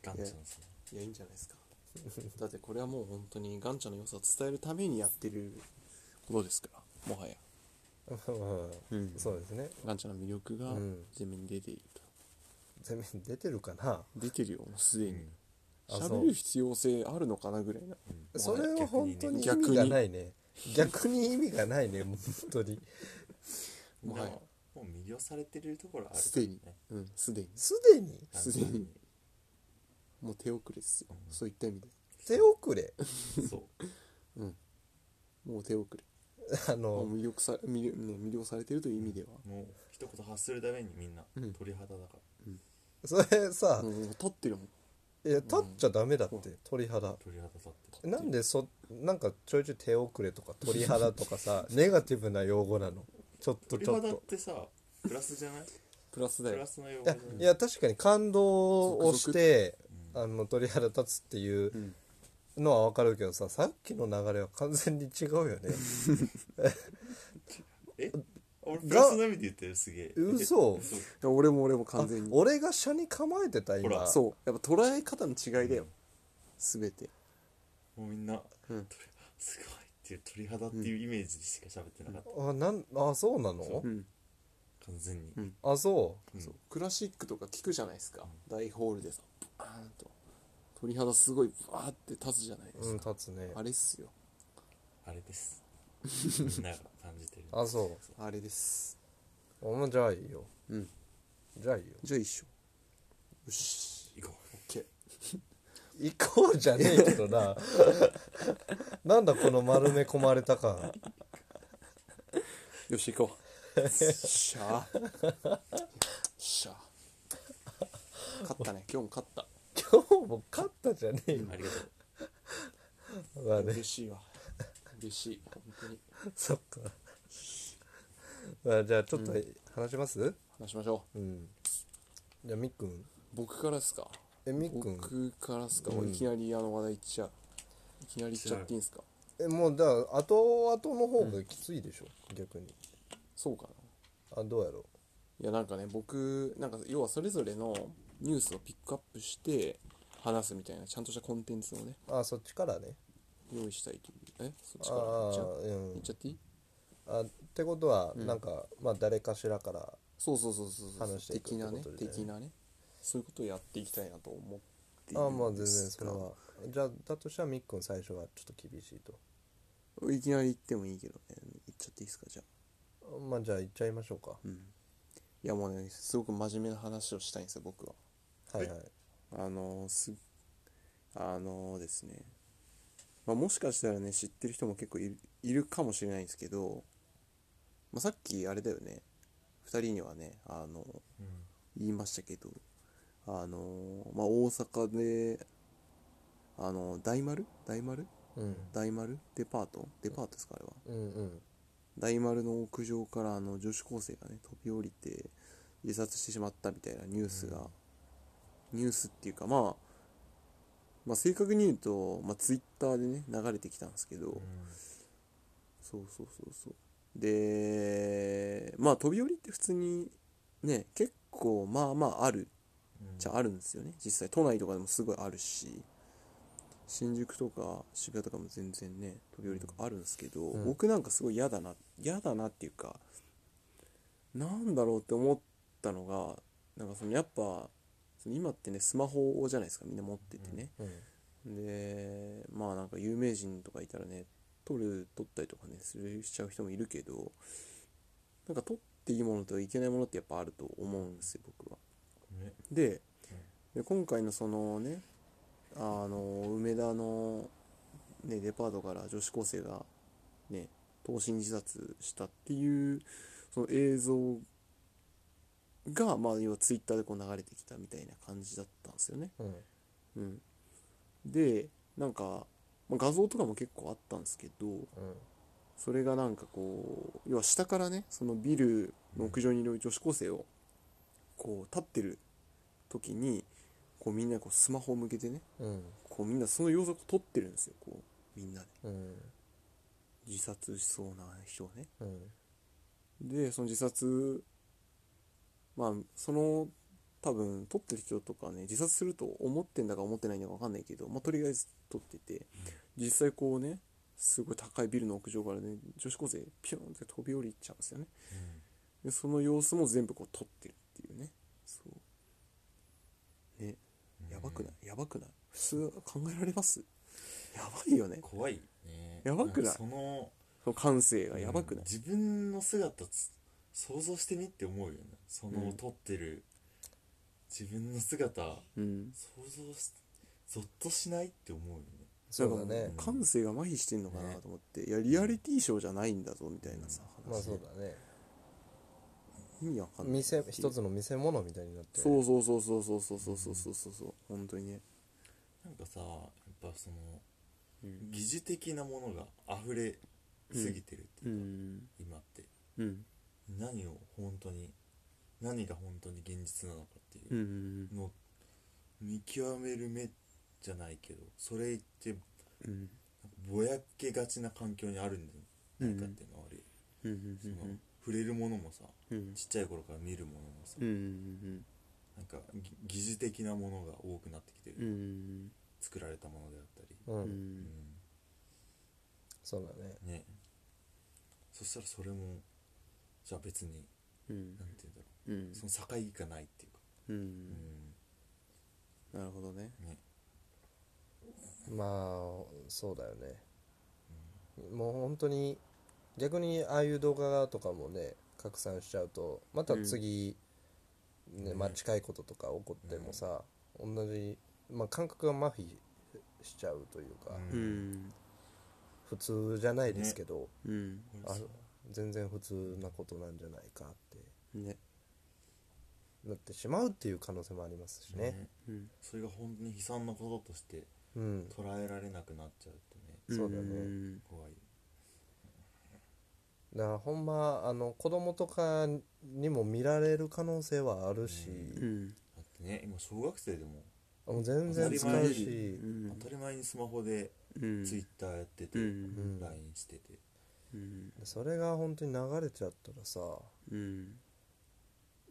ガンちゃんさんいやいいんじゃないですかだってこれはもう本当にガンちゃんの良さを伝えるためにやってることですからもはや *laughs* ううんんそうですねガンちゃんの魅力がうん前面に出ていると、全面出てるかな出てるよもうすでにあそ喋うる必要性あるのかなぐらいなそれは本当に意逆に味がないね逆に意味がないね本当にももうはやもう魅了されてるところあるすでにからねうんすでにすでにガンすちでゃんにもう手遅れですよ、そういった意味で手遅れにそうもう手遅れあまあの魅力さ魅,、ね、魅了されてるという意味では、もう一言発するためにみんなうん鳥肌だから、それさ、うん、立ってるもんいや立っちゃダメだって鳥肌鳥肌立ってるなんでそなんかちょいちょい手遅れとか鳥肌とか *laughs* さネガティブな用語なのちょっと鳥ちょっ肌っとてさプラスじゃないプラスだプよラスの用い語やじゃないいや確かに感動をしてうあの鳥肌立つっていううんのは分かるけどささっきの流れは完全に違うよねえ俺プラスの意味で言ってるすげえ嘘嘘いや俺も俺も完あ全に俺が車に構えてたほ今らそうやっぱ捉え方の違いだよ全てもうみんな、うん鳥すごいっていう鳥肌っていうイメージしか喋ってなかった、あなんあそうなのうん完全に、うんあそうんそうクラシックとか聞くじゃないですか大ホールでさバーンと鳥肌すごいバーって立つじゃないでううんすか立つねあれっすよあれです *laughs* みんなが感じてるあそうあれですあもうじゃあいいようんじゃあいいよじゃあ一緒よし行こオッケー行こうじゃねえけどな *laughs* なんだこの丸め込まれた感よし行こうしゃあしゃあ勝ったね今日も勝った今日も勝ったじゃねえようありがとうまあね嬉しいわ嬉しい本当にそっかまあじゃあちょっと話します話しましょううんじゃあみっくん僕からですかえみっくん僕からですか、うんいきなりあの話題いっちゃういきなりいっちゃっていいんすかえもうだから後々の方がきついでしょ逆にそうかなあどうやろいやなんかね僕なんか要はそれぞれのニュースをピックアップして話すみたいなちゃんとしたコンテンツをねうあそっちからね用意したいというえそっちあからいっちゃうーいうっんちゃっていいあってことはうんなんかまあ誰かしらからそうそうそうそうそう話していく的なねってことでね的なねそういうことをやっていきたいなと思っていあるあまあん全で然すそれがはじゃあだとしたらみっくん最初はちょっと厳しいといきなり言ってもいいけどね言っちゃっていいですかじゃあまあじゃあ行っちゃいましょうか、うんいやもうねすごく真面目な話をしたいんですよ僕ははいはいあのーすあのーですね、まあ、もしかしたらね知ってる人も結構いるいるかもしれないんですけど、まあ、さっきあれだよね2人にはねあのうん言いましたけどあのーまあ、大阪であのー大丸大丸うん大丸デパートデパートですかあれはうんうん大丸の屋上からあの女子高生がね飛び降りて自殺してしまったみたいなニュースが、ニュースっていうか、まあ、まあ正確に言うと、まあ、ツイッターでね流れてきたんですけど、そうそうそうそうでまあ飛び降りって普通にね結構まあまああるうんじゃあるんですよね実際都内とかでもすごいあるし新宿とか渋谷とかも全然ね飛び降りとかあるんですけど、うん僕なんかすごい嫌だな嫌だなっていうかなんだろうって思ったのがなんかそのやっぱその今ってねスマホじゃないですかみんな持っててね、うんでまあなんか有名人とかいたらね撮る撮ったりとかねするしちゃう人もいるけどなんか撮っていいものといけないものってやっぱあると思うんですよ僕は。ねでで今回のそのねあの梅田の、ね、デパートから女子高生がね投身自殺したっていうその映像がまあ要はツイッターでこう流れてきたみたいな感じだったんですよね。うんうん、でなんか、まあ、画像とかも結構あったんですけど、うんそれがなんかこう要は下からねそのビルの屋上にいる女子高生をこう立ってる時にこうみんなこうスマホを向けてねうんこうみんなその様子を撮ってるんですよこうみんなでうん自殺しそうな人をねうんでその自殺まあその多分撮ってる人とかね自殺すると思ってんだか思ってないんだか分かんないけど、まあ、とりあえず撮ってて実際こうねすごい高いビルの屋上からね女子高生ピョンって飛び降りちゃうんですよねでその様子も全部こう撮ってるっていうねそうねうんやばくないやばくない普通考えられますやばいよね怖いねやばくないんかそのその感性がやばくない、自分の姿つ想像してみって思うよねその、うん撮ってる自分の姿うん想像しゾッとしないって思うよねそうだねなんか感性が麻痺してんのかなと思って、いやリアリティショーじゃないんだぞみたいなさまあ話、そうだね意味わかんない見せ一つの見せ物みたいになってそうそうそうそうそうそうそうそうそうそうそう本当にねなんかさやっぱその疑似的なものが溢れすぎてるっていうう、ん今ってうん何を本当に何が本当に現実なのかっていううんの、見極める目じゃないけどそれってうんぼやけがちな環境にあるんじゃないかっていうのはあるよ、うんうんその触れるものもさうんちっちゃい頃から見るものもさ、うんうんなんかぎ疑似的なものが多くなってきてる、うん作られたものであったり、うん、うんそうだねねそしたらそれもじゃあ別にうんなんて言うんだろううんその境がないっていうか、うんうなるほどねんねまあそうだよねもう本当に逆にああいう動画とかもね拡散しちゃうとまた次、ねまあ、近いこととか起こってもさ、同じ、まあ、感覚が麻痺しちゃうというか、うんうん普通じゃないですけど、うんあ全然普通なことなんじゃないかってねなってしまうっていう可能性もありますしね。うんそれが本当に悲惨なこととしてうん、捉えられなくなっちゃうとねそうだねん怖いよだからほんまあの子供とかにも見られる可能性はあるし、うんだってね今小学生でももう全然使うし、うん当たり前にスマホでうんツイッターやってて、う LINE んしててうんそれが本当に流れちゃったらさうん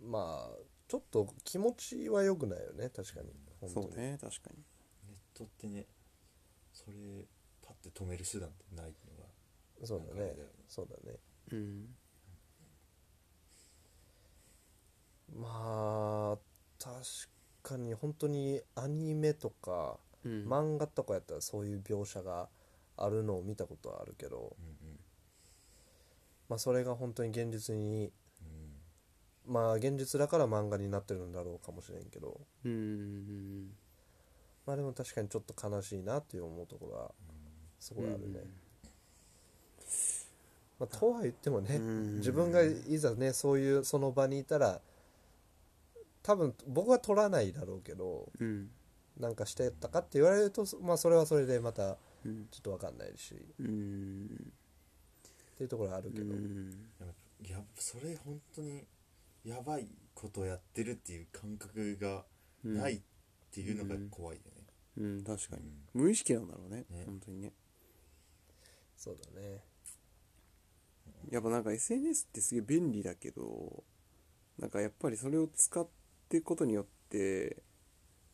まあちょっと気持ちは良くないよね確かに本当にそうね確かにネットってねそれパッて止める手段ってないのがそうだなんねかあれだよねそうだねうんまあ確かに本当にアニメとか、うん漫画とかやったらそういう描写があるのを見たことはあるけど、うんうんまあ、それが本当に現実にうんまあ現実だから漫画になってるんだろうかもしれんけどうんまあでも確かにちょっと悲しいなっていう思うところはすごいあるね。まあ、とは言ってもね、うん自分がいざねそういうその場にいたら多分僕は取らないだろうけどうんなんかしてたかって言われると、まあ、それはそれでまたうんちょっと分かんないしっうんていうところはあるけど、うんやっぱやそれ本当にやばいことやってるっていう感覚がないっていうのが怖いよね、うん確かにうん無意識なんだろうねね本当にねそうだねやっぱなんか SNS ってすげえ便利だけどなんかやっぱりそれを使っていくことによって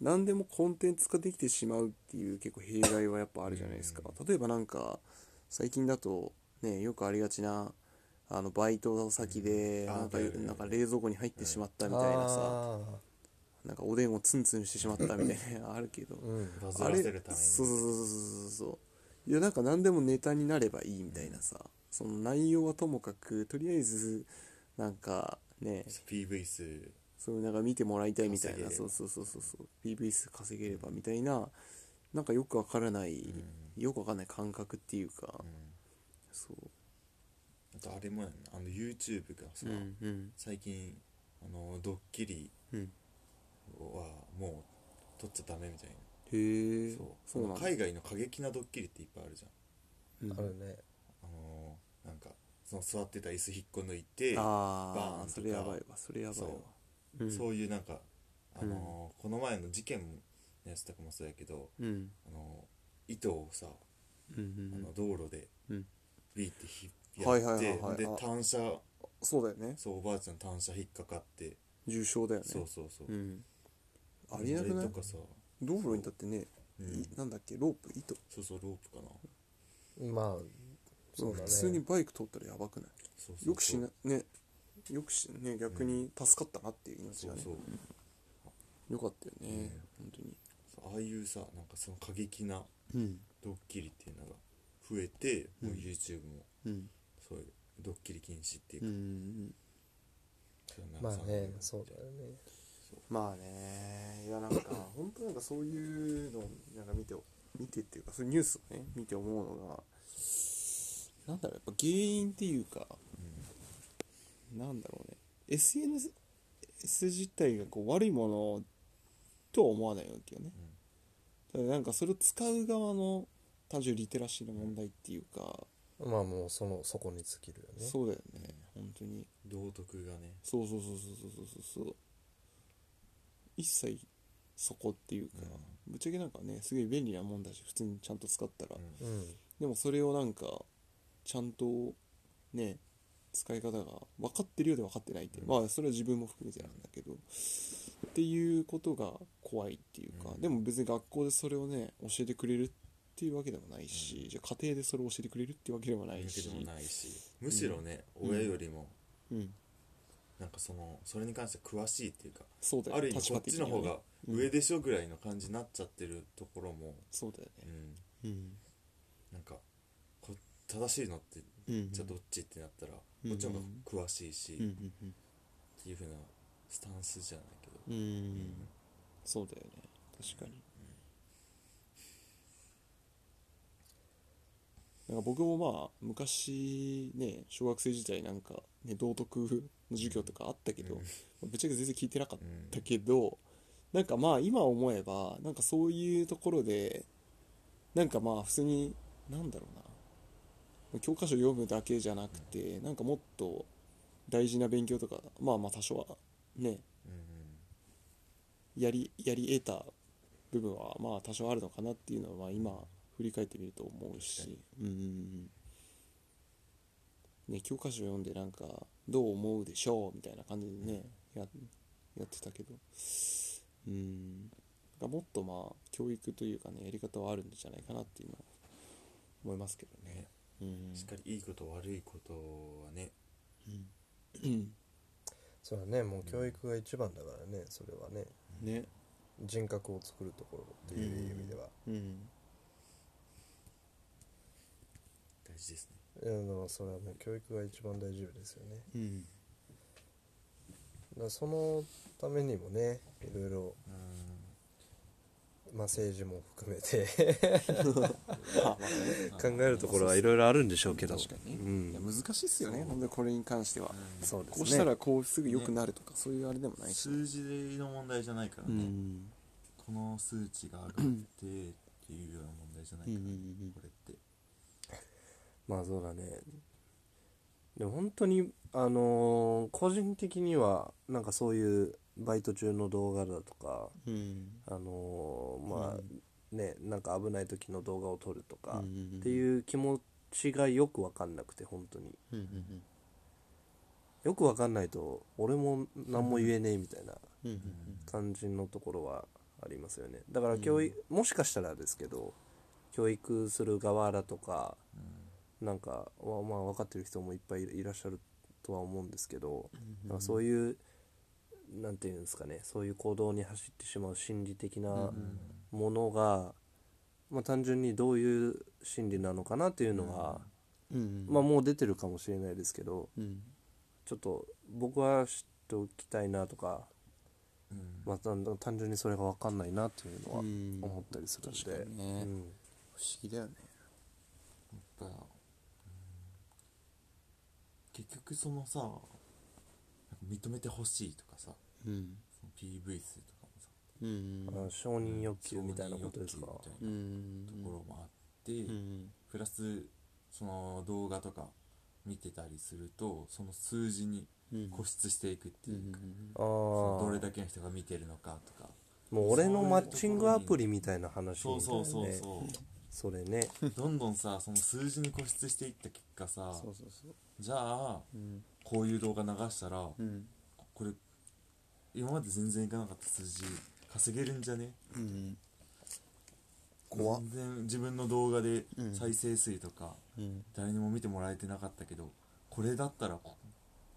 何でもコンテンツ化できてしまうっていう結構弊害はやっぱあるじゃないですか例えばなんか最近だとねよくありがちなあのバイト先でうんあなんかだよねなんか冷蔵庫に入ってしまったみたいなさあなんかおでんをツンツンしてしまったみたいなあるけどーうんバズあられせるためにそうそうそうそうそうそういやなんか何でもネタになればいいみたいなさ、その内容はともかくとりあえずなんかね PV 数そういうなんか見てもらいたいみたい稼げれなばそうそうそうそうそう PV 数稼げればみたいななんかよくわからない、よくわかんない感覚っていうか、そうあとあれもやんなあの YouTube がさ、うんうん最近あのドッキリうんはもう撮っちゃダメみたいな、へえそうそうなんだ海外の過激なドッキリっていっぱいあるじゃんあるねあのーなんかその座ってた椅子引っこ抜いてバーンあとあかそれやばいわそれやばいわそううんそういうなんか、あのーこの前の事件のやつとかもそうやけど、うんあのー糸をさ、うんうあんの道路でうんビーってひはやいはいっはいてはいであ単車そうだよねそうおばあちゃん単車引っかかって重傷だよねそうそうそう、うんありえなくあなれいとかさ道路にだってね、うんいなんだっけロープ糸そうそうロープかなまあそうだね普通にバイク通ったらやばくないそうそうそうよくしなねよくしね逆に助かったなっていう命そがうね、そうよかったよね、本ああいうさなんかその過激な当にドッキリっていうのが増えて、もう YouTube もうんそういうドッキリ禁止っていううか、んそういうのまあがさねそうだよね *laughs* まあねいやなんか本当なんかそういうのなんか見て見てっていうかそういうニュースをね見て思うのがなんだろうやっぱ原因っていうか、なんだろうね SNS 自体がこう悪いものとは思わないわけよね、ただなんかそれを使う側の単純リテラシーの問題っていうか、まあもうそのそこに尽きるよねそうだよね本当に道徳がねそうそうそうそうそうそうそう一切そこっていうか、ぶっちゃけなんかねすごい便利なもんだし普通にちゃんと使ったら、うんうんでもそれをなんかちゃんとね使い方が分かってるようで分かってないって、うんまあそれは自分も含めてなんだけどっていうことが怖いっていうか、うんでも別に学校でそれをね教えてくれるっていうわけでもないし、うんじゃあ家庭でそれを教えてくれるっていうわけでもなわいけしでもないしむしろね、うん親よりもうん、なんかそのそれに関して詳しいっていうか、そうだよある意味立こ場っ的ちにはのね方が上でしょぐらいの感じになっちゃってるところも、そうだようねん、うん、なんかこ正しいのってうん、じゃあどっちってなったら、うんこっちの方が詳しいし、うんうっんうんていうふうなスタンスじゃないけど、うーんそうだよね確かになんか僕もまあ昔ね小学生時代なんか、ね、道徳の授業とかあったけど、うんまあぶっちゃけ全然聞いてなかっうんたけど、なんかまあ今思えばなんかそういうところでなんかまあ普通になんだろうな教科書読むだけじゃなくて、なんかもっと大事な勉強とかまあまあ多少はねうんやりやり得た部分はまあ多少あるのかなっていうのはまあ今振り返ってみると思うしうんうんうんね教科書読んでなんかどう思うでしょうみたいな感じでねややってたけどうんがもっとまあ教育というかねやり方はあるんじゃないかなって今思いますけどねねうんしっかりいいこと悪いことはねうんそれはねもう教育が一番だからねそれはねね人格を作るところという意味では、うん大事ですねいやだからそれはね教育が一番大事ですよねうんだからそのためにもねいろいろ、まあ、政治も含め *laughs* て考えるところはいろいろあるんでしょうけど確かにね、ういやん、難しいっすよねそう本当にこれに関しては、そうですねこうしたらこうすぐ良くなるとか、そういうあれでもないし、数字の問題じゃないからうね、んこの数値が上がってっていうような問題じゃないかうら、ねんうんうんうんこれってまあそうだねでも本当にあのー個人的にはなんかそういうバイト中の動画だとかうんあのーまあ、ねなんか危ない時の動画を撮るとかうんうんうんっていう気持ちがよく分かんなくて本当にうんうんよく分かんないと俺も何も言えねえみたいなうんうん感じのところはありますよねだから教育、もしかしたらですけど教育する側だとかなんかわまあ分かってる人もいっぱいいらっしゃるとは思うんですけど、なんかそういうなんていうんですかねそういう行動に走ってしまう心理的なものが、まあ、単純にどういう心理なのかなっていうのは、うんまあ、もう出てるかもしれないですけどうんちょっと僕は知っておきたいなとか、うんまあ、単単純にそれが分かんないなっていうのはうん思ったりするん確かでに。ねうん不思議だよねやっぱ結局そのさなんか認めてほしいとかさうんその PV 数とかもさうんあ承認欲求みたいなことですか承認欲求うみたいんなところもあって、うんプラスその動画とか見てたりするとその数字にうん固執していくっていうか、ああそのどれもだけの人が見てるのかとかう俺のマッチングアプリみたいな話そうみたいそうなそうねそそうれ *laughs* ねどんどんさその数字に固執していった結果さそうそうそうじゃあうんこういう動画流したら、うんこれ今まで全然いかなかった数字稼げるんじゃねうん怖っ全然自分の動画でうん再生数とか、うん誰にも見てもらえてなかったけどこれだったらこ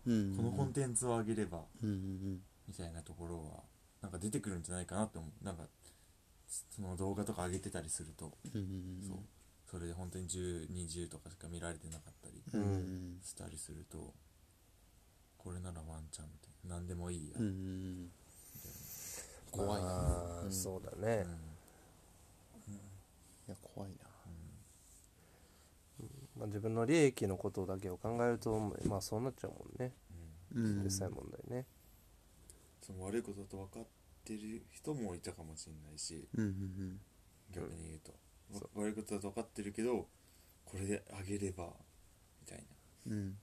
うんこのコンテンツを上げれば、うんうんみたいなところはなんか出てくるんじゃないかなって思うなんかその動画とか上げてたりすると、うんうんそうそれで本当に1020とかしか見られてなかったりうんうんしたりすると、これならワンチャンみたいな何でもいいや、うんうん怖いな、そうだね、うんいや怖いなまあ、自分の利益のことだけを考えると、まあ、そうなっちゃうもんねうん実際問題ね、その悪いことだと分かってる人もいたかもしれないしうんうん逆に言うと、わ悪いことだと分かってるけどこれであげればみたいなうんうん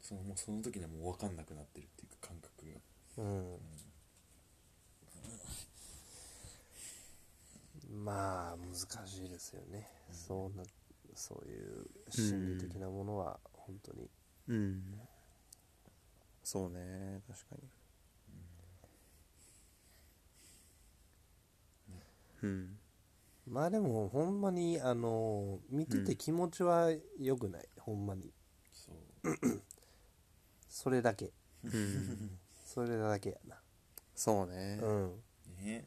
そのもうその時にはもう分かんなくなってるっていうか感覚がうんまあ難しいですよね、そうなそういう心理的なものは本当に、うんそうね確かにうんまあでもほんまにあの見てて気持ちは良くない、ほんまにそうそれだけうんそれだけやなそうねうん *laughs* ね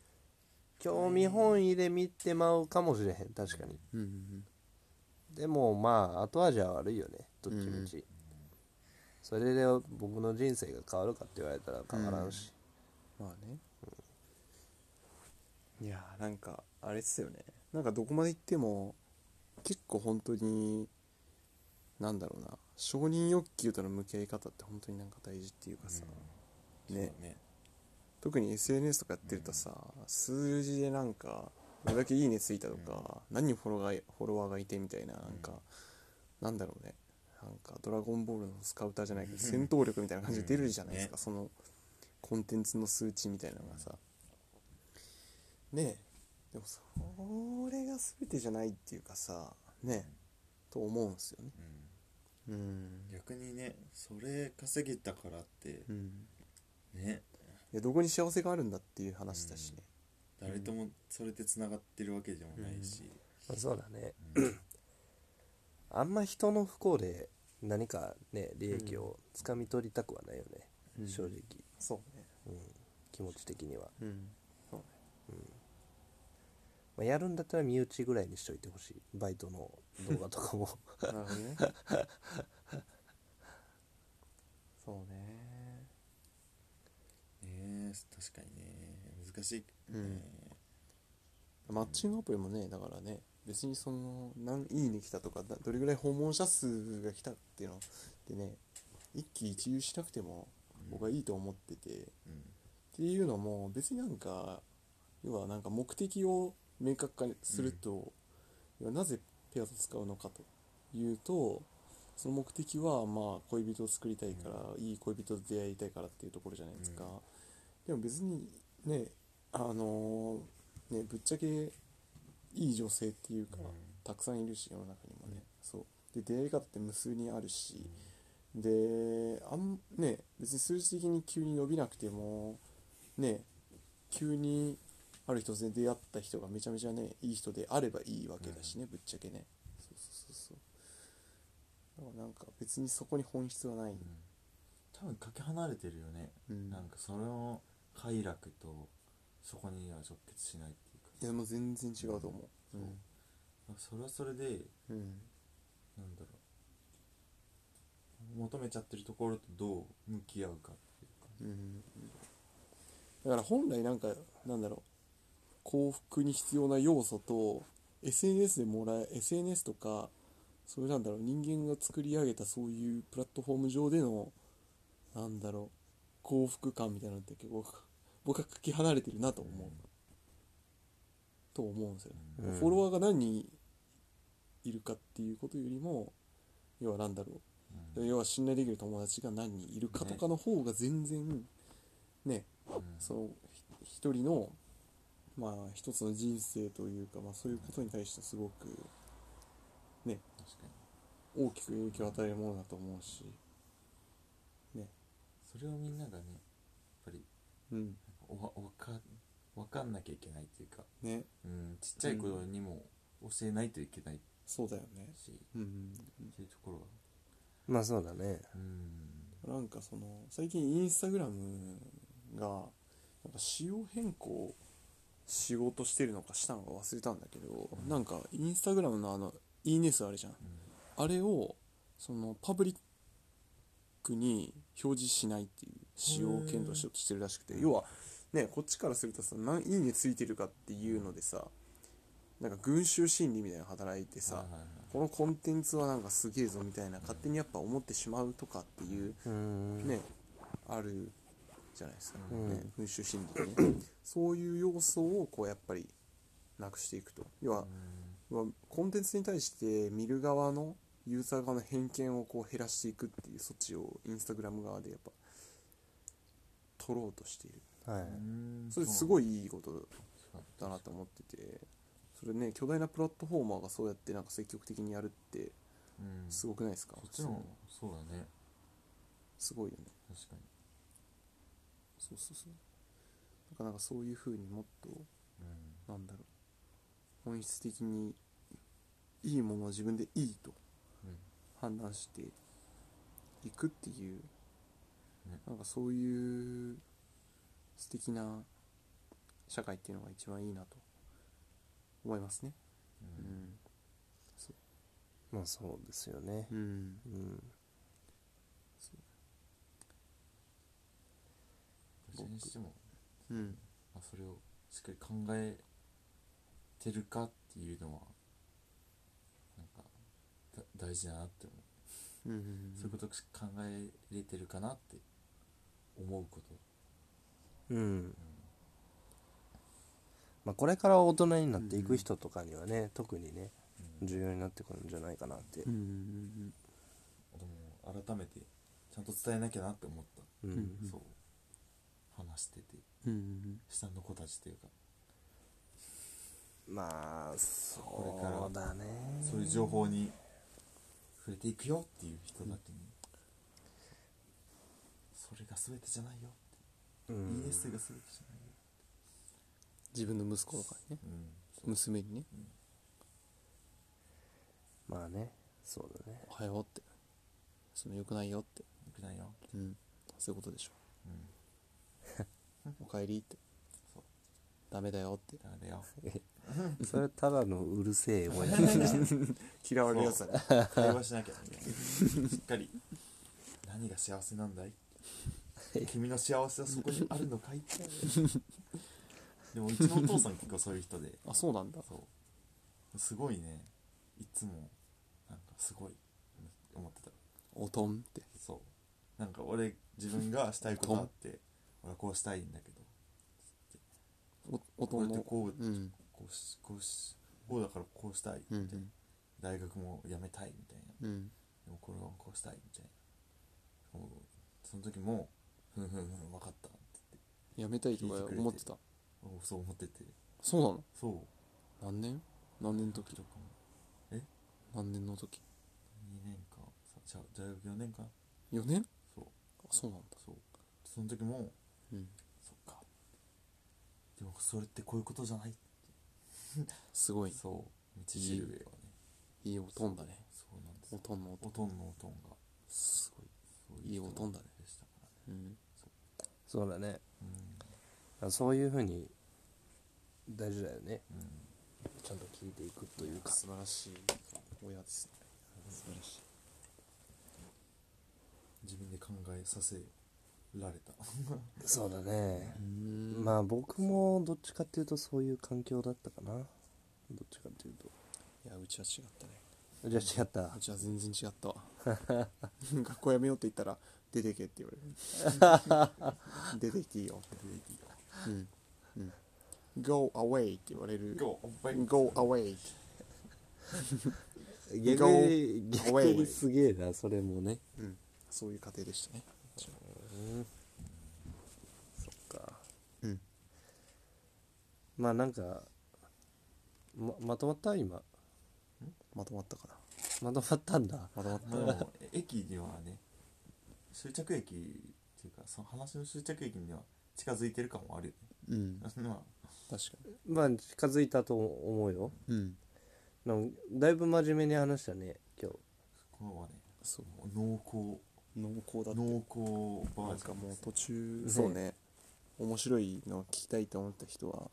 興味本位で見てまうかもしれへん確かにうんうんでもまあ後味は悪いよねどっちみち、それで僕の人生が変わるかって言われたら変わらんし、まあね、いやーなんかあれっすよねなんかどこまで行っても結構本当になんだろうな承認欲求との向き合い方って本当になんか大事っていうかさ、そうねだね特に SNS とかやってるとさ、数字でなんかどれだけいいねついたとか、何人フォロワーがフォロワーがいてみたいななんか、なんだろうねなんか「ドラゴンボール」のスカウターじゃないけど、戦闘力みたいな感じで出るじゃないですか、うんねそのコンテンツの数値みたいなのがさ、ねえでもそれが全てじゃないっていうかさねえ、と思うんすよねうんうん逆にねそれ稼げたからってうんねいやどこに幸せがあるんだっていう話だしね、誰ともそれでつながってるわけでもないし、まあそうだねあんま人の不幸で何かね利益をつかみ取りたくはないよね、正直、そうねうん、気持ち的には、うんそうねまあ、やるんだったら身内ぐらいにしといてほしいバイトの動画とかもなるほどねそうねね確かにね難しい、ねうんマッチングアプリもねだからね別にその何いいね来たとかだどれぐらい訪問者数が来たっていうのでね一喜一憂しなくても僕はいいと思ってて、っうんていうのも別になんか要はなんか目的を明確化にすると、要はなぜペアと使うのかというとその目的はまあ恋人を作りたいから、いい恋人と出会いたいからっていうところじゃないですか、でも別にねあのーねぶっちゃけいい女性っていうか、うんたくさんいるし世の中にもね、そうで出会い方って無数にあるし、であんね別に数字的に急に伸びなくてもね急にある日突然出会った人がめちゃめちゃねいい人であればいいわけだしね、ぶっちゃけねそうそうそうそうだからなんか別にそこに本質はない、多分かけ離れてるよね、うんなんかその快楽とそこには直結しないっていういやもう全然違うと思ううんかそれはそれでうんなんだろう求めちゃってるところとどう向き合うかっていうかうんだから本来なんかなんだろう幸福に必要な要素と SNS でもらえ SNS とかそういうなんだろう人間が作り上げたそういうプラットフォーム上でのなんだろう幸福感みたいなのって結構僕はかけ離れてるなと思う、と思うんですよ、ねうんフォロワーが何人いるかっていうことよりも要はなんだろう要は信頼できる友達が何人いるかとかの方が全然ねそのひ一人のまあ一つの人生というか、まあ、そういうことに対してすごくね確かに大きく影響を与えるものだと思うしねそれをみんながねやっぱりうんおわわかわかんなきゃいけないっていうか、ねうん、ちっちゃい子にも教えないといけないそうだよねし、うんっていうところはまあそうだねうんなんかその最近インスタグラムがなんか仕様変更しようとしてるのかしたのか忘れたんだけど、なんかインスタグラムのあの「いいね数」あるじゃん、あれをそのパブリックに表示しないっていう仕様を検討しようとしてるらしくて要はねこっちからするとさ何「いいね」ついてるかっていうのでさなんか群衆心理みたいなの働いてさ、はいはいはいこのコンテンツはなんかすげえぞみたいな勝手にやっぱ思ってしまうとかっていううんね、あるじゃないですか、うんね、群衆心理でねそういう要素をこうやっぱりなくしていくと要は、要はコンテンツに対して見る側のユーザー側の偏見をこう減らしていくっていう措置をインスタグラム側でやっぱ取ろうとしているはいそれすごいいいことだなと思っててそれね巨大なプラットフォーマーがそうやってなんか積極的にやるってうんすそごくないですか、っちの方がそうだねすごいよね確かにそうそうそうだからなんかそういうふうにもっとうんなんだろう本質的にいいものを自分でいいとうん判断していくっていう、ねなんかそういう素敵な社会っていうのが一番いいなと思いますねううんんそまあそうですよねううんうんどっちにしても、うんまあ、それをしっかり考えてるかっていうのはなんかだ大事だなって思う、うんうんそういうこと考えれてるかなって思うことうんまあこれから大人になっていく人とかにはね特にねうん重要になってくるんじゃないかなってうんうんうんでも改めてちゃんと伝えなきゃなって思った、うんうんそう話しててうんうん下の子たちというかまあこれからそうだねそういう情報に触れていくよっていう人だけに、それが全てじゃないようっんて、ES が全てじゃないよ自分の息子とかにねうんそう娘にねまあねそうだね「おはよう」って「その良くないよ」ってよくないようんそういうことでしょうんおかえりってそうダメだよってダメだよそれただのうるせえ親父だな嫌われるやつだね会話しなきゃみたいなしっかり何が幸せなんだい君の幸せはそこにあるのかいってでもうちのお父さん結構そういう人であそうなんだそうすごいねいつもなんかすごい思ってたおとんってそうなんか俺自分がしたいことあって俺はこうしたいんだけどおおとこれんってのこううんこうしこうしこうだからこうしたいみたういんな、大学も辞めたいみたいなうんうんでもこれはこうしたいみたいなもうその時もふんふんふん分かったってやめたいとか聞いてくれて思ってた言ってそう思っててそうなのそう何年何年の時時とかも何年の時2年かさじゃあ大学4年か4年そうあそうなんだそうその時もうんそっかでもそれってこういうことじゃないすごいねそう道しるべはねいいおとんだねそうなんですおよとんのおとおんとんのおとんがすごいそういいおとんだねでしたからねうん *laughs* そうだねうそういうふうに大事だよねん、うん、ちゃんと聞いていくというか素晴らしい親ですね素晴らしい自分で考えさせられたそうだねうんまあ僕もどっちかっていうとそういう環境だったかなどっちかっていうといやうちは違ったねじゃあ違ったうちは全然違ったわ *laughs* 学校やめようって言ったら出てけって言わ *laughs* れる出てきていいようんうん Go away って言われる Go away Go away 逆に逆にすげえなそれもねうんそういう家庭でしたねそっかうんまあなんかままとまった今まとまったかなまとまったんだまとまったまあでも駅にはね終着駅っていうかその話の終着駅には近づいてる感もあるようんねまあ確かまあ近づいたと思うよにうんなんかだいぶ真面目に話したね今日このはねそうもう濃厚だ濃厚っ濃厚たバなーんジョかンもでうすね途中そうね面白いの聞きたいと思った人は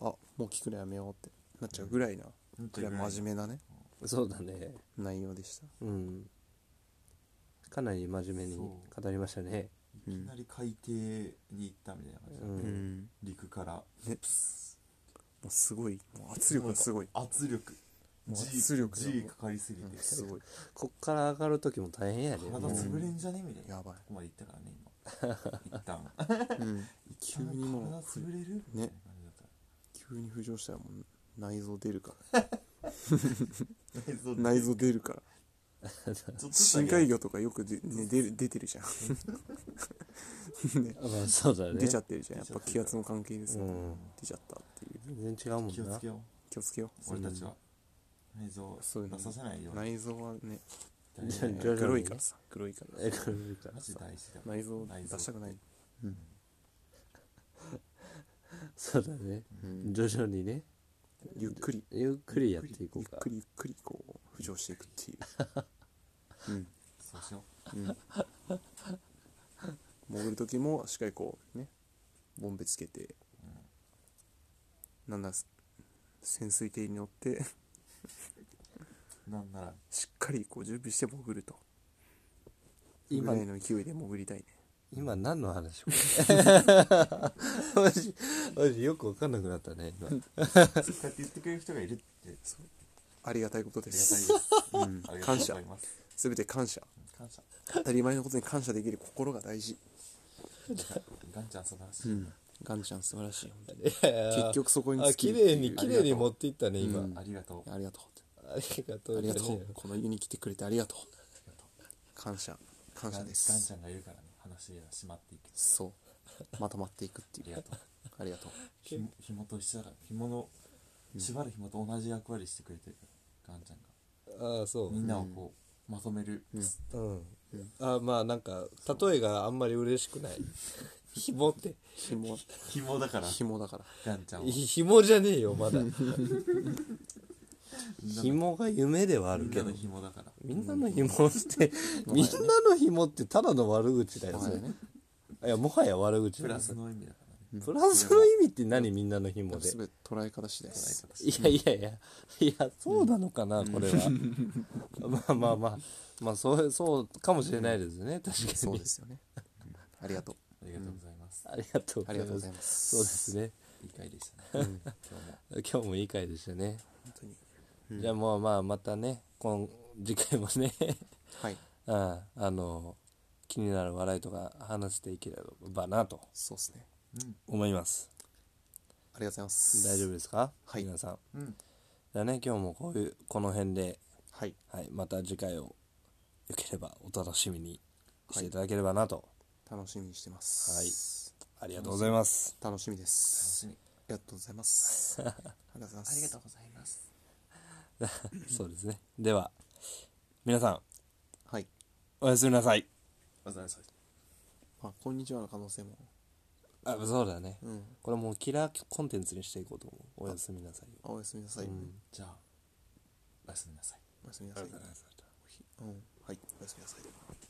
あもう聞くのやめようってなっちゃうぐらいな本当ぐにらい真面目なねそうだね内容でしたうんかなり真面目に語りましたねういきんなり海底に行ったみたいな感じだね、うんうん陸からねプスうすごいもう圧力がすごい圧力もう G, 圧力だ G かかりすぎてすごいこっから上がる時も大変やで、体もう潰れんじゃねみたいなやばいここまでいったからね今一旦 *laughs* うん急にもう体潰れるみたいな感じだった急に浮上したらもう内臓出るから内臓 *laughs* 内臓出るからちょっと深海魚とかよくで、ね、出る出てるじゃん、ね、あまあそうだね出ちゃってるじゃんやっぱ気圧の関係ですね、うん出ちゃったっていう全然違うもん気をなつけよ気をつけよう俺たちは内臓をそういうの出させないよううに内臓はねじゃあ徐々に黒いからさ黒いからえこれ見るからマジ大事だ *laughs* 内臓内出したくないそうだねうん徐々にねゆっくりゆっくりやっていこゆうっかくりゆっくりこう浮上していくっていうそうしようんうん潜る時もしっかりこうねボンベつけてなんだ潜水艇に乗ってうな *laughs* んならしっかりこう準備して潜ると今ぐ今らいの勢いで潜りたいね今何の話 *laughs* これマジマジよく分かんなくなったね今そうやって言ってくれる人がいるってあありりががたいことでたいですすうんあ *laughs* りがとう感ご謝ざいます全て感謝感謝当たり前のことに感謝できる心が大事ガンちゃん素晴らしういんガンちゃん素晴らしい本当に結結局そこに *laughs* あ尽きるっ綺ていう麗に綺麗に持っていったね今、うんありがとうありがとうってありがとうありがじゃとねえようこの家に来てくれてありがとう感謝感ガ謝ンガンでちすゃんがいるからね話が締まっていくそうまとまっていくってありいがうとうありがとうひも紐と一緒だから紐の縛る紐と同じ役割してくれてるからガンちゃんがああそみんなをこうまとめるううんあまあなんか例えがあんまり嬉しく *laughs* ない紐って紐紐だから紐だからガンちゃんをい紐じゃねえよ *laughs* まだ紐が夢ではあみるんけなどの紐だからみんなの紐って *laughs* みんなの紐ってただの悪口だよそそうれだねいやもはや悪口プだラよスの意味だからねプラスの意味って何みんなの紐で全て捉え方次第ですいやいやいや、いや、そうなのかな、これは。 *laughs* まあまあまあ、まあ、そう、そうかもしれないですね、確かに。そうですよねありがとうありがとうございますありがとうあござりいがとうごます。ざいますそうですね。いい回でしたね今日も今日もいい回でしたね。本当にじゃあもうまあ、またね、今、次回もね、 *laughs* はいあああの、気になる笑いとか話していければなとそうですね思います。ありがとうございます大丈夫ですかはい皆さん。うんじゃあね、今日もこういう、この辺で、はいはい、また次回を、よければお楽しみにしていただければなと。楽しみにしてますありがとうございます。はい楽しみです楽しみありがとうございますありがとうございますありがとうございます *laughs* そうですね。では、皆さん、はいおやすみなさい。おざいますあこんにちはの可能性もあ、そうだね。うんこれもうキラーコンテンツにしていこうと思う。おやすみなさいよ。あおやすみなさい、じゃあおやすみなさいおやすみなさい、うん、はいおやすみなさい